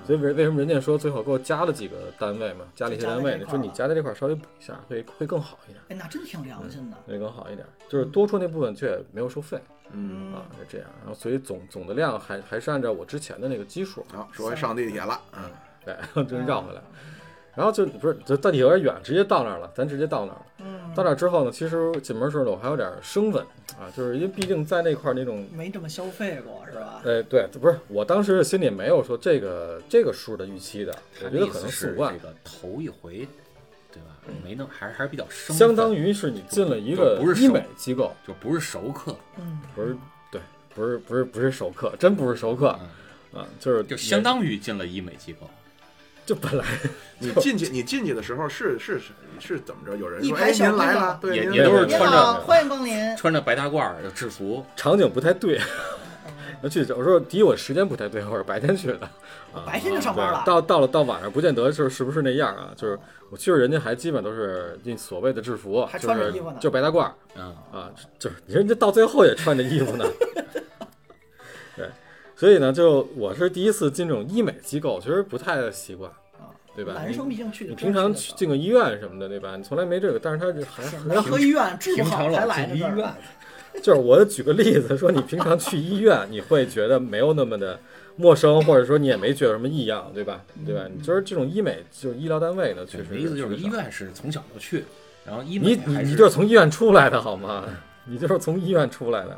所以为为什么人家说最后给我加了几个单位嘛，加了一些
就加在
单位，
这
你
块儿
说你加在这块儿稍微补一下会会更好一点，
哎，那真挺良
嗯
心的。
会更好一点，就是多出那部分却没有收费
嗯，
嗯
啊，是这样。然后所以总总的量还还是按照我之前的那个基数，
好，说回上地铁了。嗯，
对， 就是绕回来。然后就不是，就到底有点远，直接到那儿了，咱直接到那儿了。
嗯，
到那儿之后呢，其实进门时候呢，我还有点生分啊，就是因为毕竟在那块儿那种，
嗯没这么消费过是吧？
呃，对，不是，我当时心里没有说这个这个数的预期的，我
他的
觉得
意
可
思
能四
是
五万
这，个头一回，对吧？没弄，还是还是比较生分，
相当于是你进了一个
就不是
医
熟
美机构，
就不是熟客，
嗯，
不是，对，不是，不是，不是熟客，真不是熟客，啊，就是
嗯就相当于进了医美机构。
就本来
你进去，你进去的时候是是是是怎么着？有人
一
说：“
排
哎，
小
您来
队
了
长。”
对，
也
您
也
来
都
了
啊
是
您
穿着
好，欢迎光 临。
穿着白大褂儿的制服，
场景不太对，那去有时候第一我时间不太对，我是白天去 的，啊
白天就上班了
对到到了到晚上不见得就是是不是那样啊，就是我去人家还基本都是那所谓的制服，
还
就
穿着
是
衣服呢
就白大褂儿
嗯，
啊，就是人家到最后也穿着衣服呢。 对，所以呢，就我是第一次进这种医美机构，其实不太习惯，
啊，
对吧？
男生毕竟去
你
的
平
真
常
是
去
的
进个医院什么的，对吧？你从来没这个，但是他这还
显得和医院治不
平
好
常
才
老
来
进
的
医
这儿
院，
就是我举个例子，说你平常去医院，你会觉得没有那么的陌生，或者说你也没觉得有什么异样，对吧？对吧？你就是这种医美，就是医疗单位呢，确
对
实
你的意思就是
确
医
实少。
院是从小就去，然后医
你
美
你
还
你就是从医院出来的好吗？你就是从医院出来的，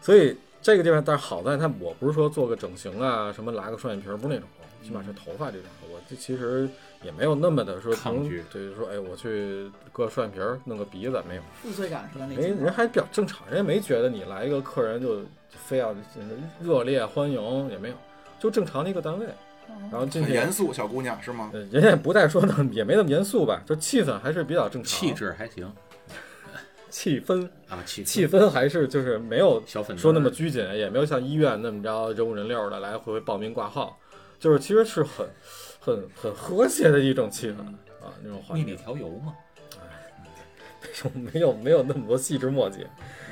所以这个地方，但是好在它，我不是说做个整形啊，什么拉个双眼皮儿，不是那种，起码是头发这种，我这其实也没有那么的说
抗
从
拒
对，就说哎，我去割双眼皮儿，弄个鼻子没有。
负罪感是吧？那
没，人还比较正常，人家没觉得你来一个客人就非要热烈欢迎，也没有，就正常的一个单位。
嗯
然后进
很
去，
严肃，小姑娘是吗？
呃人家也不再说那么也没那么严肃吧，就气氛还是比较正常，
气质还行
气氛
啊，气
气氛还是就是没有
小粉
说那
墩
么
儿
拘谨，也没有像医院那么着人五人六的来回报名挂号，就是其实是很 很很和谐的一种气氛
嗯
啊，那种环
蜜
境。
里调油嘛，
没有没有那么多细枝末节，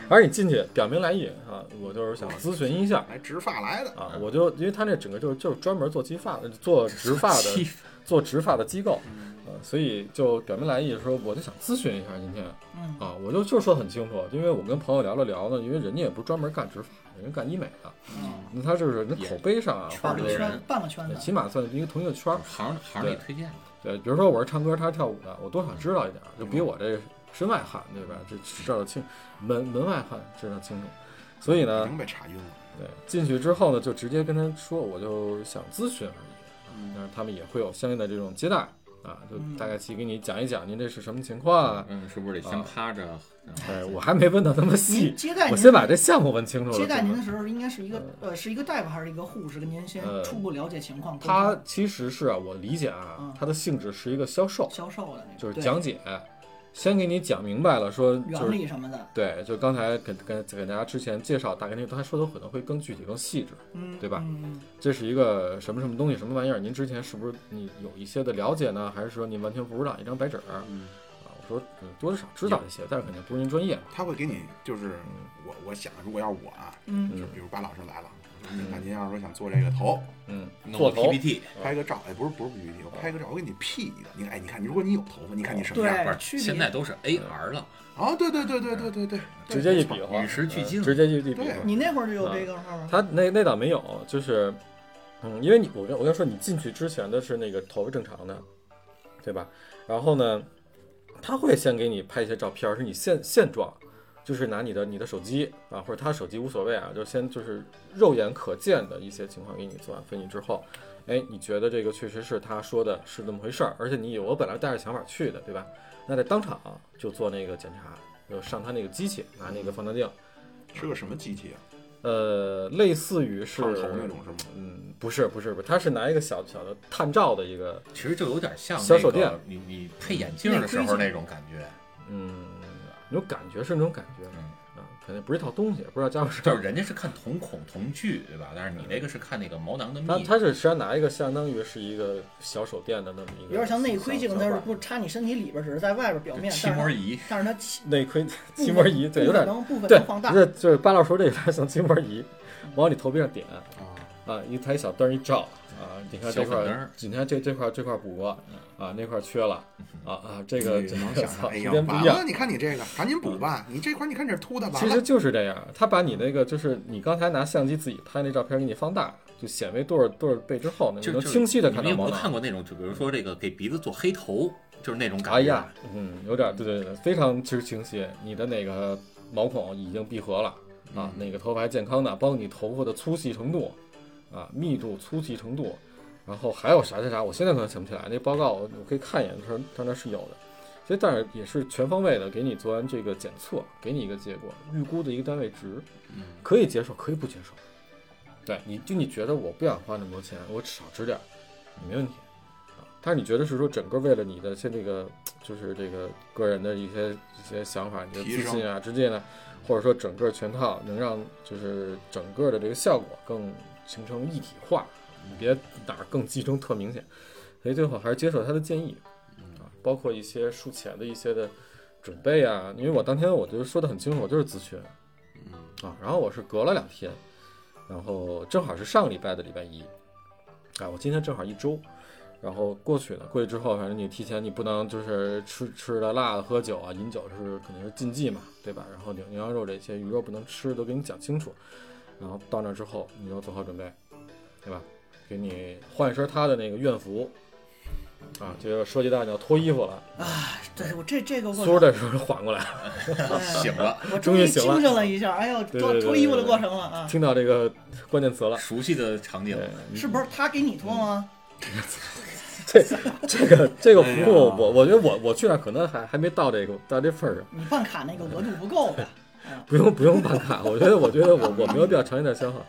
而你进去表明来意啊，我就是想
嗯
咨询一下
来植发来的，
啊，我就因为他那整个就是就是专门做金发的、做植发
气
的、做植发的机构，呃，所以就表明来意说，我就想咨询一下今天
嗯，
啊，我就就说得很清楚，因为我跟朋友聊了聊呢，因为人家也不是专门干植发，人家干医美的，
嗯
那他就是人口碑上啊，
圈
或
半
者呃
个
里
圈
人，
半个圈子，
起码算一个同一个圈儿，
行行里推荐的，
对，比如说我是唱歌，他是跳舞的，我多少知道一点儿，就比我这身外汉对吧？这知道清门门外汉知道清楚。所以
已
呢，
经被查晕了。
对进去之后呢，就直接跟他说，我就想咨询而已。
嗯
啊但是他们也会有相应的这种接待啊，就大概去给你讲一讲您这是什么情况啊。
嗯，是不是得先趴着？然后
哎，我还没问到那么细
嗯您，接待
我
您
先把这项目问清楚了。
接待
整
您
个
的时候，应该是一个呃，是一个大夫还是一个护士，跟您先
呃
初步了解情况，沟
他
通
其实是啊，我理解啊
嗯，
他的性质是一个销售，
销售的那个，
就是
对
讲解，先给你讲明白了，说就
原
是
理什么的，
对，就刚才给跟给大家之前介绍，大概那他说的可能会更具体、更细致。
嗯，
对吧
嗯，
这是一个什么什么东西，什么玩意儿？您之前是不是你有一些的了解呢？还是说您完全不知道一张白纸儿？
嗯
啊，我说嗯多多少少知道一些，但是肯定不是您专业嘛。
他会给你，就是
嗯
我我想，如果要我啊，
嗯
就比如巴老师来了，你看您要是说想做这个头，
嗯，
弄
做
个
头
PPT，
拍个照，哎，不是不是 PPT，我拍个照，我给你 P 一个，你看，哎，你看，如果你有头发，你看你什么样？
对
不
哎区别
是现在
嗯
都是 AR 了，
啊，对对对对对对对，
直接一比划，
与时俱进
嗯直接一比划
对。
你那会儿就有这个号吗？
他那那倒没有，就是，嗯，因为你我跟我跟你说，你进去之前的是那个头发正常的，对吧？然后呢，他会先给你拍一些照片儿，是你现现状，就是拿你的你的手机啊，或者他手机无所谓啊，就先就是肉眼可见的一些情况给你做完分析之后，哎，你觉得这个确实是他说的是这么回事儿，而且你有我本来带着想法去的，对吧？那在当场就做那个检查，就上他那个机器，拿那个放大镜，
是个什么机器啊？
呃，类似于是
烫头那种是吗？
嗯，不是不是不是，他是拿一个小小的探照的一个，
其实就有点像
小手
那个
电
你你配眼镜的时候那种感觉，
嗯，那种感觉是那种感觉，
嗯
啊，肯定不是一套东西，不知道家伙是。
就是人家是看瞳孔瞳距对吧？但是你那个是看那个毛囊的
他
密度，
他是实际上拿一个相当于是一个小手电的那么一个，
有点像内窥镜，但
但
是不插你身体里边儿，只是在外边儿表面，
气
但是
膜
它
仪，
但是它气
内窥
部
筋膜
分
仪，
部
对，有点
分能部分
对
能，放大，
就是就是巴老师这有点像筋膜仪，往你头皮上点
啊，
啊，一台小灯一照啊，你看这块
小粉灯
儿
儿，
你看这这块儿这块儿补过啊，那块儿缺了啊啊，这个
嗯你
这
能
个
想
操，
象？哎
时
呀，
间不一
完
样嗯
了，，你看你这个，赶紧补吧，你这块你看这秃的，完
其实
了，
就是这样，他把你那个就是你刚才拿相机自己拍那照片给你放大，就显微多少多少倍之后呢，你
就
能清晰的看
你
到
有没
毛
有看
囊。
过那种，就比如说这个给鼻子做黑头，就是那种感觉。
哎呀，嗯，有点对对对，非常之清晰，你的哪个毛孔已经闭合了
嗯
啊，哪个头发还健康的，包括你头发的粗细程度啊、密度、粗细程度，然后还有啥啥啥，我现在可能想不起来，那报告我我可以看一眼，它它那是有的。所以，但是也是全方位的给你做完这个检测，给你一个结果，预估的一个单位值，可以接受，可以不接受。对，你就你觉得我不想花那么多钱，我少吃点儿，没问题啊。但是你觉得是说整个为了你的现这个就是这个个人的一些一些想法、你的自信啊之类的，或者说整个全套能让就是整个的这个效果更形成一体化，你别哪儿更集中特明显。所以最后还是接受他的建议啊，包括一些术前的一些的准备啊，因为我当天我就是说的很清楚，我就是自学啊，然后我是隔了两天，然后正好是上个礼拜的礼拜一，啊，我今天正好一周。然后过去呢，过去之后，反正你提前你不能就是吃吃的辣的、喝酒啊、饮酒是肯定是禁忌嘛，对吧？然后牛牛羊肉这些鱼肉不能吃，都给你讲清楚。然后到那之后，你要做好准备，对吧？给你换一身他的那个院服，啊，这个涉及到你要脱衣服了，
啊，对我这这个过
苏
程，
的时候缓过来，
哎
醒了，
我
终
终
于
于
醒了啊
精神了一下，哎呦，
对对
脱
对
脱
对
衣服的
对
过程了啊！
听到这个关键词了，
熟悉的场景
对，
是不是他给你脱吗？
这 这个这个服务，
哎呀
我我觉得我我去那儿可能还还没到这个到这份儿上。
你办卡那个额度不够吧？
不用不用办卡，我觉得我觉得我我没有必要长期在消耗。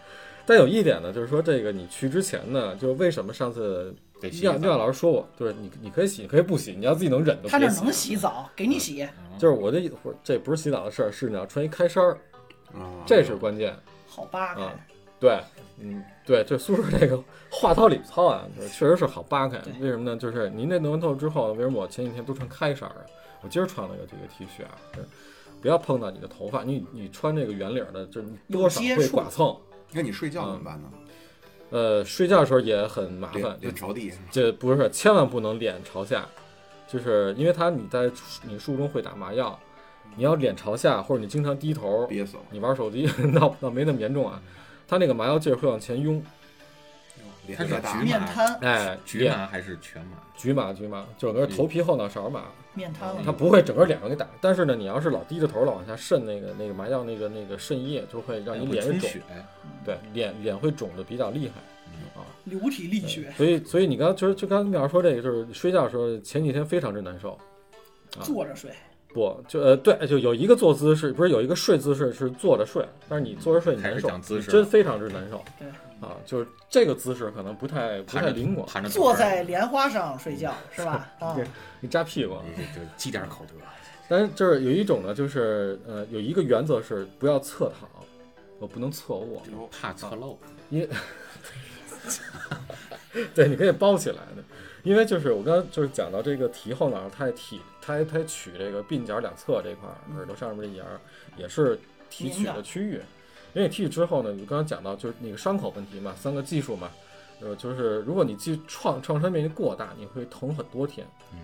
但有一点呢，就是说这个你去之前呢，就是为什么上次
得洗
廖
澡
廖老师说我，就是你你可以洗，你可以不洗，你要自己能忍就
他
别
这能
洗。
洗澡，给你洗，
就是我的，我这不是洗澡的事儿，是你要穿一开衫儿，
哦
啊，
这是关键。
好扒开。
啊对，嗯，对，这苏轼这个话糙理糙啊，就是确实是好扒开
对。
为什么呢？就是您这弄完透之后，为什么我前几天都穿开衫儿啊？我今儿穿了个这个 T 恤啊，就是不要碰到你的头发，你你穿这个圆领儿的，就是多少
有接
会
触
剐蹭。
那你睡觉怎么办呢？
呃，睡觉的时候也很嗯麻
脸
烦，嗯
脸朝地，
这不是千万不能脸朝下，就是因为它你在你术中会打麻药，你要脸朝下或者你经常低头，
憋死了。
你玩手机 倒倒没那么严重啊，它那个麻药劲儿会往前拥，
脸
他是
太大
局
了，
面瘫，
哎，
局
脸
麻还是全麻？
局麻局麻，整个头皮后脑勺麻，
面瘫
嗯
它
了。
不会整个脸上给打，但是呢，你要是老低着头老往下渗那个那个麻药那个那个渗液，就会让你
哎会
脸
充
肿，
血，
对，脸脸会肿的比较厉害。
流体力学，
所以，所以你刚就是就刚才淼说这个，就是睡觉的时候前几天非常之难受。啊
坐着睡，
不，就呃对，就有一个坐姿是不是有一个睡姿势是坐着睡，但是你坐着睡你
还是
难受，
讲姿
你
势
真非常之难受。
对
啊，就是这个姿势可能不太不
盘
太
着
灵光，
盘着
坐在莲花上睡觉是吧？啊，
对你扎屁股。
你就积点口德，
但是就是有一种呢，就是呃有一个原则是不要侧躺，我不能侧卧。
怕侧漏。
对，你可以包起来的，因为就是我刚刚就是讲到这个提后脑太体，它它取这个鬓角两侧这块儿
嗯
耳朵上面这沿儿也是提取的区域，因为你提取之后呢，你刚刚讲到就是那个伤口问题嘛，三个技术嘛，呃，就是如果你记创创伤面积过大，你会疼很多天。
嗯，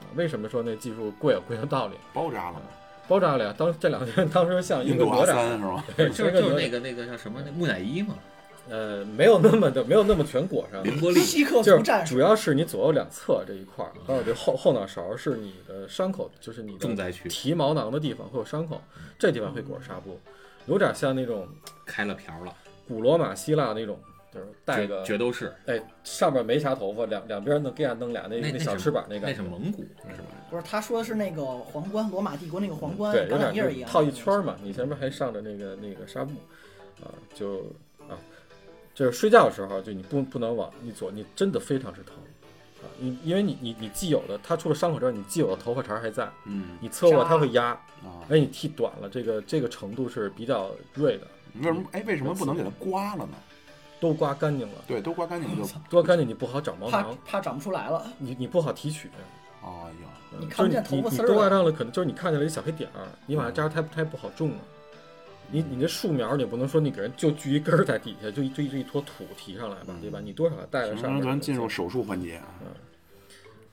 啊为什么说那技术贵有贵的道理？
包扎了吗？
包扎了呀！当这两个人当时像一
印
个
度
哪
阿
吒，
三是吗？
对
就是
一
就是
个
那
哪
个那个叫什么那木乃伊嘛，
吒呃，没有那么的，没有那么全裹上，
凌波丽。
希克
就
服
是
战术
主要是你左右两侧这一块儿，还有这后后脑勺是你的伤口，就是你的
重灾区
提毛囊的地方会有伤口，这地方会裹纱布，有点像那种
开了瓢了，
古罗马、希腊那种，就是带
决
个
决斗士，
哎上面没啥头发，两两边弄给俺弄俩那
那
小翅膀那嗯
那
个
那是蒙古是吧？
不是他说的是那个皇冠，罗马帝国那个皇冠，
对，有
橄榄
点
叶儿
就
一
是
样，
套一圈儿嘛，你
嗯
前面还上着那个那个纱布，啊，就啊，就是睡觉的时候，就你不不能往一左，你真的非常之疼，啊，你因为你你你既有的它除了伤口之外，你既有的头发茬儿还在，
嗯
你侧卧它会压，
啊，
哎，你剃短了，这个这个程度是比较锐的，
为什么？哎，为什么不能给它刮了呢？
都刮干净了，
对，都刮干净就。
多干净你不好长毛
怕
囊，
怕长不出来了。
你你不好提取，
哎呀，
嗯
你
就是
看不见头发丝
你
儿
你都
了
按上了，可能就是你看见了一小黑点儿，你
嗯
往下扎它它也不好种啊。你你这树苗，你不能说你给人就锯一根儿在底下，就一就一就一坨土提上来吧，对吧？你多少带在
嗯行，
上面。
咱进入手术环节啊。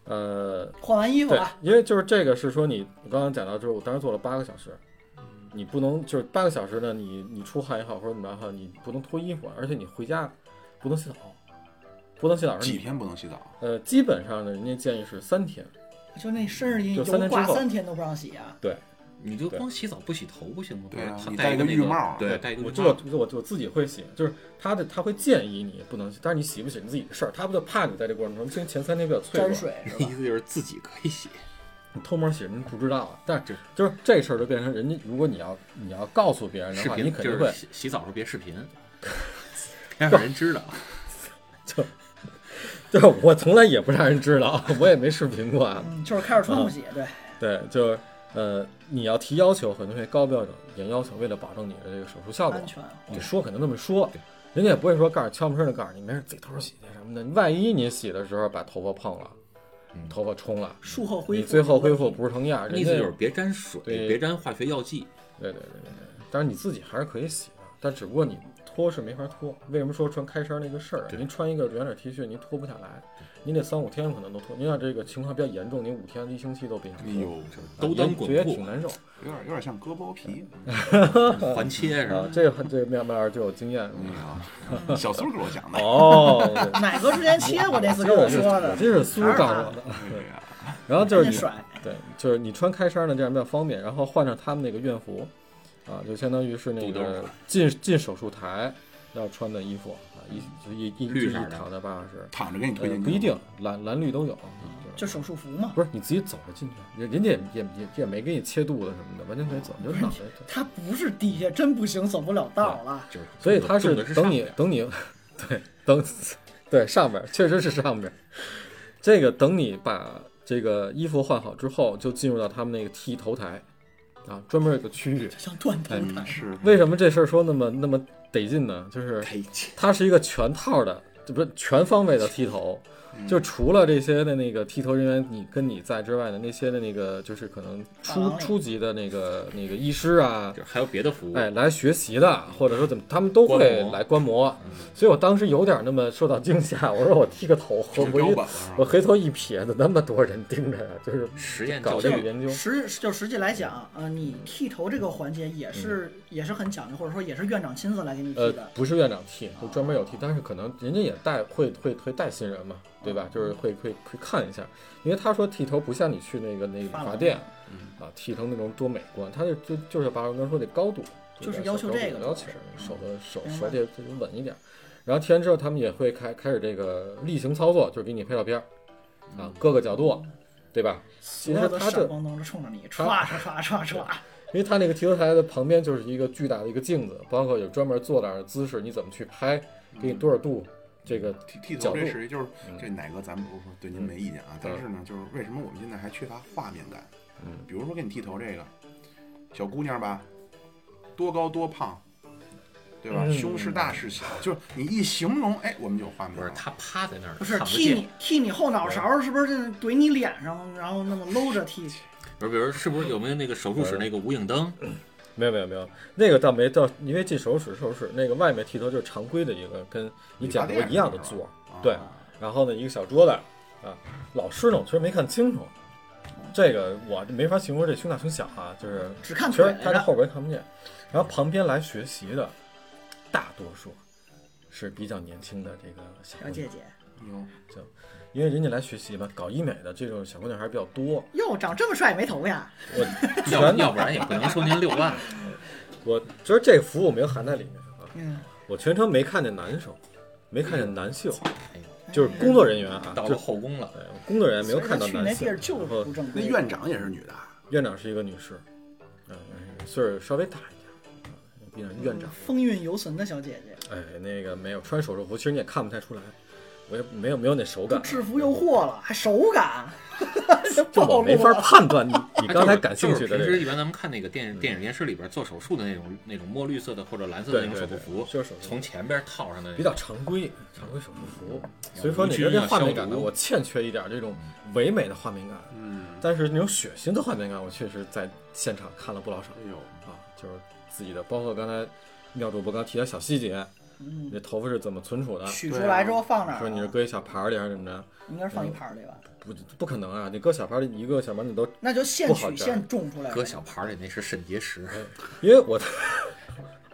呃，
换完衣服啊
对
了，，
因为就是这个是说你，我刚刚讲到，就是我当时做了八个小时，
嗯
你不能就是八个小时呢，你你出汗也好或者怎么着也好，你不能脱衣服，啊而且你回家不能洗澡，不能洗澡是
几
你
天不能洗澡？
呃，基本上呢，人家建议是三天，
就那身上一
就三
油
天之
挂
后
三天都不让洗啊。
你就光洗澡不洗头不行吗？
对啊
他
你戴
戴
一个
那
浴帽
对，戴一个
我
浴
就
帽
我。我我自己会洗，就是他的他会建议你不能洗，但是你洗不洗你自己的事儿，他不就怕你在这过程中，因为前三天比较脆
沾
弱，
水是吧
意？思就是自己可以洗，
你偷摸洗人不知道啊。但是就是这事儿就变成人家，如果你要你要告诉别人
视
的话，
频
你肯
就
定会
是洗 洗澡时候别视频，别让人知道。
对我从来也不让人知道， 我也没视频过啊。
嗯，就是开着窗户写，对，
对，就是呃，你要提要求，很多些高标准严要求，为了保证你的这个手术效果
安，全。
你说肯定那么说
对，
人家也不会说告诉你悄没声的告诉你，没事自己偷着洗去什么的。万一你洗的时候把头发碰了，
嗯
头发冲了，
术后恢
你
复，
最后恢复不是成样，人
意
家
思就是别沾水，
对
别沾化学 药剂。
对对对对对，但是你自己还是可以洗的，但只不过你脱是没法脱。为什么说穿开衫那个事儿啊？
对
您穿一个软点 T 恤，您脱不下来，您得三五天可能都脱。您要这个情况比较严重，您五天一星期都别想
哎
脱，
呦，
都当
觉得
滚
挺
裤、
难受。
有点有点像割包皮。
环切什么
啊
的，，
这个这个面面就有经验
嗯
是吧
小苏给我讲的。
哦，
哪个之前切我那次跟
我
我
是
说
我
的，
这是苏告诉我的。
哎呀
然后就
赶
是
紧
你
甩。
对，就是你穿开衫呢，这样比较方便。然后换上他们那个院服，啊，就相当于是那
肚兜
个
儿
进进手术台要穿的衣服啊，一就一一
绿
一
色的
躺在办公室，
躺着给你推
呃
荐，
不一定，蓝蓝绿都有，
嗯
就是
就手术服嘛，
不是你自己走着进去，人人家也也也也没给你切肚子什么的，完全可以走，你就躺着。对
他不是底下真不行，走不了道了。
就是
所以他
种
是
的是
等
上
你
面
等你，对等对上面确实是上面，这个等你把这个衣服换好之后，就进入到他们那个剃头台啊，专门有个区域。
像断头
嗯
台，
是
为什么这事儿说那么那么得劲呢？就是
开切，
它是一个全套的，这不是全方位的剃头，
嗯
就除了这些的那个剃头人员你跟你在之外的那些的那个就是可能初
啊
初级的那个那个医师啊
就，是还有别的服务。
哎，来学习的，或者说怎么，他们都
观
会
摩
来观摩，所以我当时有点那么受到惊吓， 我说我剃个头，我
是
我
标
一
本了啊是吧
我回头一瞥，怎么那么多人盯着呀、就是
实验
搞
教
这个
育，
研究
就，实就实际来讲，呃，你剃头这个环节也是也是很讲究，或者说也是院长亲自来给你
呃
剃的，。啊
不是院长剃，就专门有剃，但是可能人家也带会会会带新人嘛，对
啊
吧？就是会会会看一下，因为他说剃头不像你去那个那个理
发廊嗯
发店啊，剃成那种多美观，他就就就是把我刚才说的高度，
就是
要
要求这个
要求
主要是
手的手
明白
手得得稳一点。然后剃完之后，他们也会开开始这个例行操作，就是给你拍照片儿啊，各个角度，对吧？
嗯所
其实
有的
他啊
闪
这
光灯都冲着你，歘歘歘歘歘，
因为它那个提头台的旁边就是一个巨大的一个镜子，包括有专门坐那儿的姿势，你怎么去拍，给你多少度，这个
剃剃
角
头
度嗯
这事，就是这奶哥，咱们不是说对您没意见啊，但是呢，就是为什么我们现在还缺乏画面感？
嗯，
比如说给你剃头这个小姑娘吧，多高多胖，对吧？
嗯
胸是大是小，就是你一形容，哎，我们就有画面
不是
了。
他趴在那儿
不是
看
剃
见
你，剃你后脑勺，是不是就怼你脸上，然后那么搂着剃？
不是，比如是不是有没有那个手术
呃
室那个无影灯？
没有没有没有，那个倒没到，因为进手术室手术室那个外面剃头就是常规的一个跟你讲过一样的座儿，
啊
对，然后呢一个小桌子啊，老师呢我确实没看清楚，这个我没法形容这胸大胸小啊，就是
只看
其
腿
实他这
着
后边看不见，然后旁边来学习的大多数是比较年轻的这个小
小
姑娘
姐姐，
哟
因为人家来学习嘛，搞医美的这种小姑娘还是比较多。
哟，长这么帅也没头呀？
我
要
全
要不然也不能收您六 万。
我觉得这个服务没有含在里面啊。
嗯，
我全程没看见男生，没看见男性，
哎呦，
就是工作人员啊，
到
就
了后宫了，
对工作人员没有看到
所以他
男
去那地
性。
儿就是
然后
不正
那
规。
院长也是女的啊，
院长是一个女士，嗯，岁数稍微大一点，啊毕竟院长。
风韵犹存的小姐姐，
哎，那个没有穿手术服，其实你也看不太出来，我也没有没有那手感，
制服诱惑了，还 手感，
就我没法判 断你你
哎
刚才
就是
感兴趣的
就
这
是平时
个。
一般咱们看那个电影电影电视里边做手术的那种那种墨绿色的或者蓝色的
对
那种
对
手术
对，
服，
就是手术服
从前边套上的那
比
种
较常规，常规手术服。所以说，你说
嗯无菌
这
啊
画面
消
感呢，
毒
我欠缺一点这种唯美的画面感。
嗯，
但是那种血腥的画面感，我确实在现场看了不老少
哎呦，
啊，就是自己的，包括刚才妙主播刚提的小细节，你
嗯，
这头发是怎么存储的？
取出来之后放哪儿？
啊
说啊你是搁一小盘儿里还是怎么着？
应该是放一盘儿里吧？
不不可能啊！你搁小盘儿里一个小盘儿你都，
那就现
不好
取
摘
现种出来。
搁小盘儿里那是肾结石，
哎因为我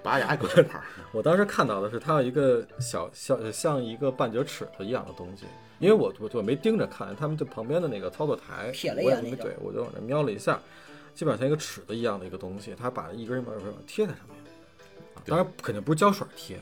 拔牙搁这块儿，
我当时看到的是它有一个小小呃像一个半截尺子一样的东西，因为我我我没盯着看，他们就旁边的那个操作台，
瞥了一
我也
眼那
没
个
对我就往那瞄了一下，基本上像一个尺子一样的一个东西，它把一根一根贴在上面，啊当然肯定不是胶水贴，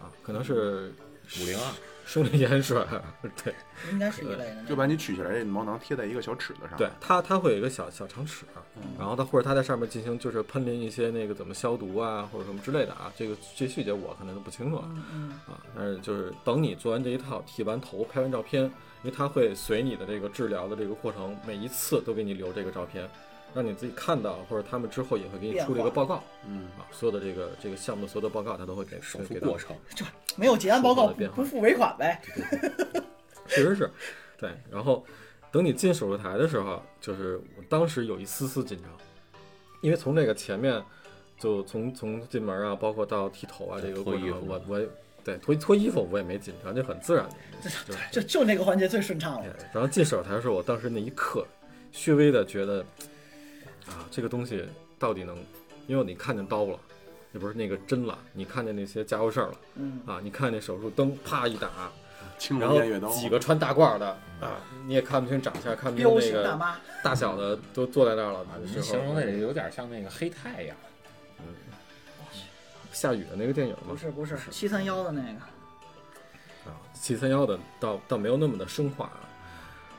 啊，可能是
五零二
生理盐水， 对
应该是一类的。
就把你取下来这毛囊贴在一个小尺子
啊
上。
对，，它它会有一个小小长尺，啊
嗯
然后它或者它在上面进行就是喷淋一些那个怎么消毒啊或者什么之类的啊，这个这细节我可能都不清楚啊
嗯嗯，
啊，但是就是等你做完这一套，剃完头，拍完照片，因为它会随你的这个治疗的这个过程，每一次都给你留这个照片，让你自己看到，或者他们之后也会给你出这个报告
嗯，
啊，所有的这个这个项目所有的报告他都会给
手
会
术
给到
过程，
就没有结案报告
说好的
不
变化
不付尾款呗。
确实是，对。然后等你进手术台的时候，就是我当时有一丝丝紧张，因为从这个前面就从从进门啊，包括到剃头啊这个过
脱衣
程
服，
我我也对脱脱衣服我也没紧张，就很自然的。
就就那个环节最顺畅
对
了。
哎然后进手术台的时候，我当时那一刻，略微的觉得啊，这个东西到底能，因为你看见刀了。也不是那个针了，你看见那些家伙事儿了
嗯，
啊！你看见那手术灯，啪一打，
青
然
龙
后
偃月刀，
几个穿大褂的啊，你也看不清长相，看不
彪
清那
形大
个
妈，
大小的都坐在那儿了哎
啊，
的
您
时
形容的也
候，
有点像那个黑太阳，
下雨的那个电影嘛
不，是不是七三幺的那个，
啊，七三幺的倒倒没有那么的生化啊。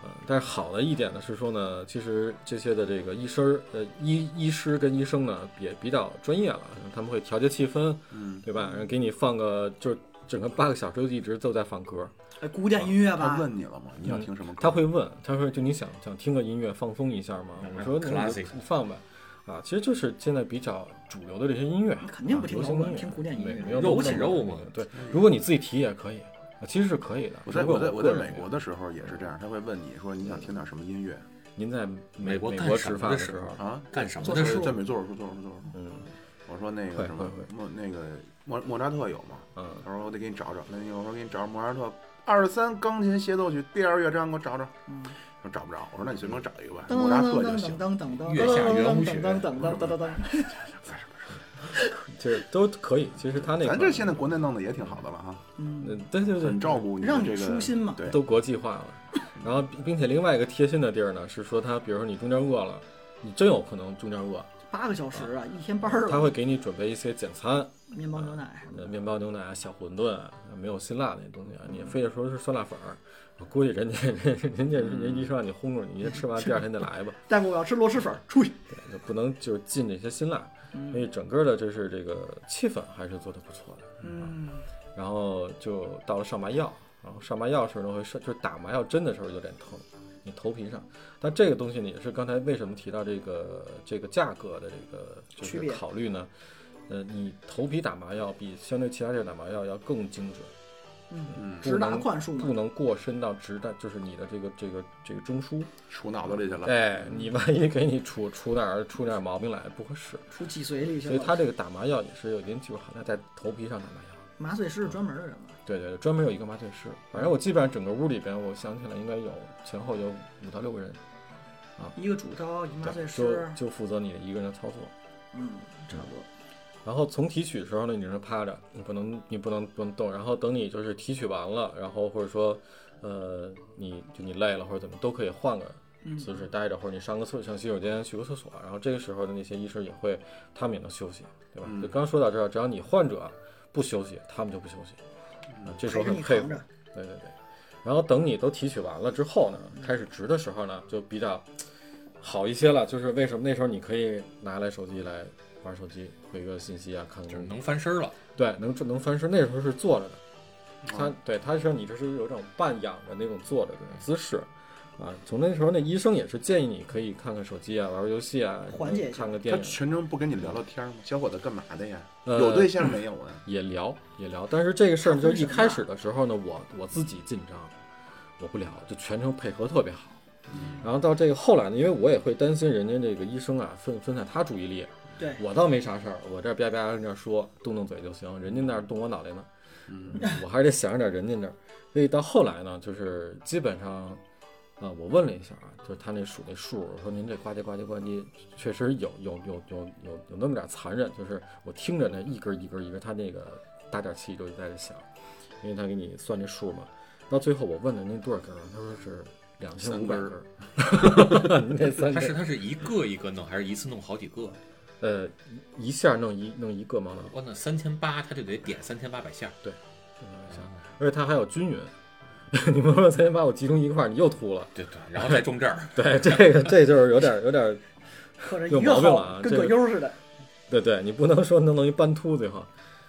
呃，但是好的一点呢是说呢，其实这些的这个医生儿，呃，医医师跟医生呢也比较专业了，他们会调节气氛，
嗯，
对吧？然后给你放个，就是整个八个小时就一直都在放歌，
哎，古典音乐
他
吧，
问你了吗？你想听什么歌？
嗯他会问，他说就你想想听个音乐放松一下吗？
嗯
我说那你
classic
就你放吧，啊，其实就是现在比较主流的这些音乐，
你肯定不听
啊流行
摇滚
音乐
听古典音乐
没没有
肉
那么
紧肉嘛
对，如果你自己提也可以，啊，其实是可以的。
我在
如果
我在我
个
在
人
美国的时候也是这样，他会问你说你想听点什么音乐
您在美
美国
美
干
国
什
吃
么
饭
的时
时
候
啊？
干什么
做
的
手
事
术
在美做手术做手术做手术。
嗯
我说那个
会
什么
会会
莫那个莫莫扎特有吗？
嗯，
他说我得给你找找，那我说给你找莫扎特二十三钢琴协奏曲第二乐章，给我找找。
嗯，
我说找不着，我说那你随便找一个吧，
噔
莫扎特就
噔
行
噔。噔噔噔噔，
月下圆舞曲
噔噔噔噔噔噔噔，
其实都可以。其实他那个，
咱这现在国内弄的也挺好的了哈，
嗯，
嗯，对对对，
很照顾你的
让你
这个
舒心嘛
对，
都国际化了。然后，并并且另外一个贴心的地儿呢，是说他，比如说你中间饿了，你真有可能中间饿，
八个小时啊，一天班儿
他
了，
会给你准备一些简餐，
面包牛奶什么
呃，面包、牛奶啊、小馄饨啊，没有辛辣那东西啊，
嗯
你非得说是酸辣粉儿，我估计人家 人家
嗯
人家医生让你轰着你，你先吃完第二天再来吧，
的，大夫我要吃螺蛳粉，出去，
就不能就是进这些辛辣，所以整个的这是这个气氛还是做的不错的。
嗯，
然后就到了上麻药，然后上麻药的时候呢会是就是打麻药针的时候有点疼，你头皮上。但这个东西呢也是刚才为什么提到这个这个价格的这个就
区
是
别
考虑呢？呃，你头皮打麻药比相对其他地儿打麻药要更精准，
嗯，
直达灌输
不
嘛，
能过深到直的，就是你的这个这个这个中枢。
杵脑子里去了。
哎，你万一给你出出点儿出点儿毛病来，不合适。
出脊髓里去
所以
了。
它这个打麻药也是有一定技术含量，在头皮上打麻药。
麻醉师是专门的人嘛，
对对对，专门有一个麻醉师。反
嗯
正我基本上整个屋里边，我想起来应该有前后有五到六个人，
一个主刀，一个麻醉
对，
师
就，就负责你的一个人的操作。
嗯，差不多，
然后从提取的时候呢，你是趴着，你不能你不能不能动。然后等你就是提取完了，然后或者说，呃，你就你累了或者怎么都可以换个
嗯
姿势待着，或者你上个厕上洗手间去个厕所。然后这个时候的那些医师也会，他们也能休息，对
嗯
吧？就刚说到这儿，只要你患者不休息，他们就不休息。啊，这时候
陪着
很
你
佩服
扛。着，
对对对。然后等你都提取完了之后呢，开始植的时候呢，就比较好一些了。就是为什么那时候你可以拿来手机来玩手机，回个信息啊，看
就
看
是能翻身了，
对，能能翻身。那时候是坐着的，
哦
他对他是你这是有种半仰的那种坐着的姿势。
哦
啊，从那时候，那医生也是建议你可以看看手机啊，玩玩游戏啊，
缓解一下
看个电
他
影，
全程不跟你聊聊天吗？小伙子干嘛的呀？
呃
有对象没有啊？
也聊也聊，但是这个事儿呢，就是一开始的时候呢，我我自己紧张，我不聊，就全程配合特别好。然后到这个后来呢，因为我也会担心人家这个医生啊分分散他注意力，
对，
我倒没啥事儿，我这儿叭叭跟这儿说，动动嘴就行，人家那儿动我脑袋呢，嗯，我还是得想着点人家那儿。所以到后来呢，就是基本上，呃，我问了一下啊，就是他那数那数，我说您这呱唧呱唧呱唧，确实有有有有有有那么点残忍，就是我听着呢，一根一根一根，他那个打点气就在这响，因为他给你算这数嘛。到最后我问了您多少根儿，他说是两千五百根儿， 您这三
他
根
是
儿，
他是一个一个弄，还是一次弄好几个？
呃，一下弄一弄一个毛囊。
哇，那三千八他就得点三千八百下，
对，这能
嗯
想，嗯而且它还有均匀。 你不能曾经把我集中一块儿，你又秃了。
对对，然后再种这儿，
对，这个这就是有点有点，
可着
有
一个
毛病
好
了啊
跟
这
葛
个
优似的。
对对，你不能说弄弄一斑秃最后。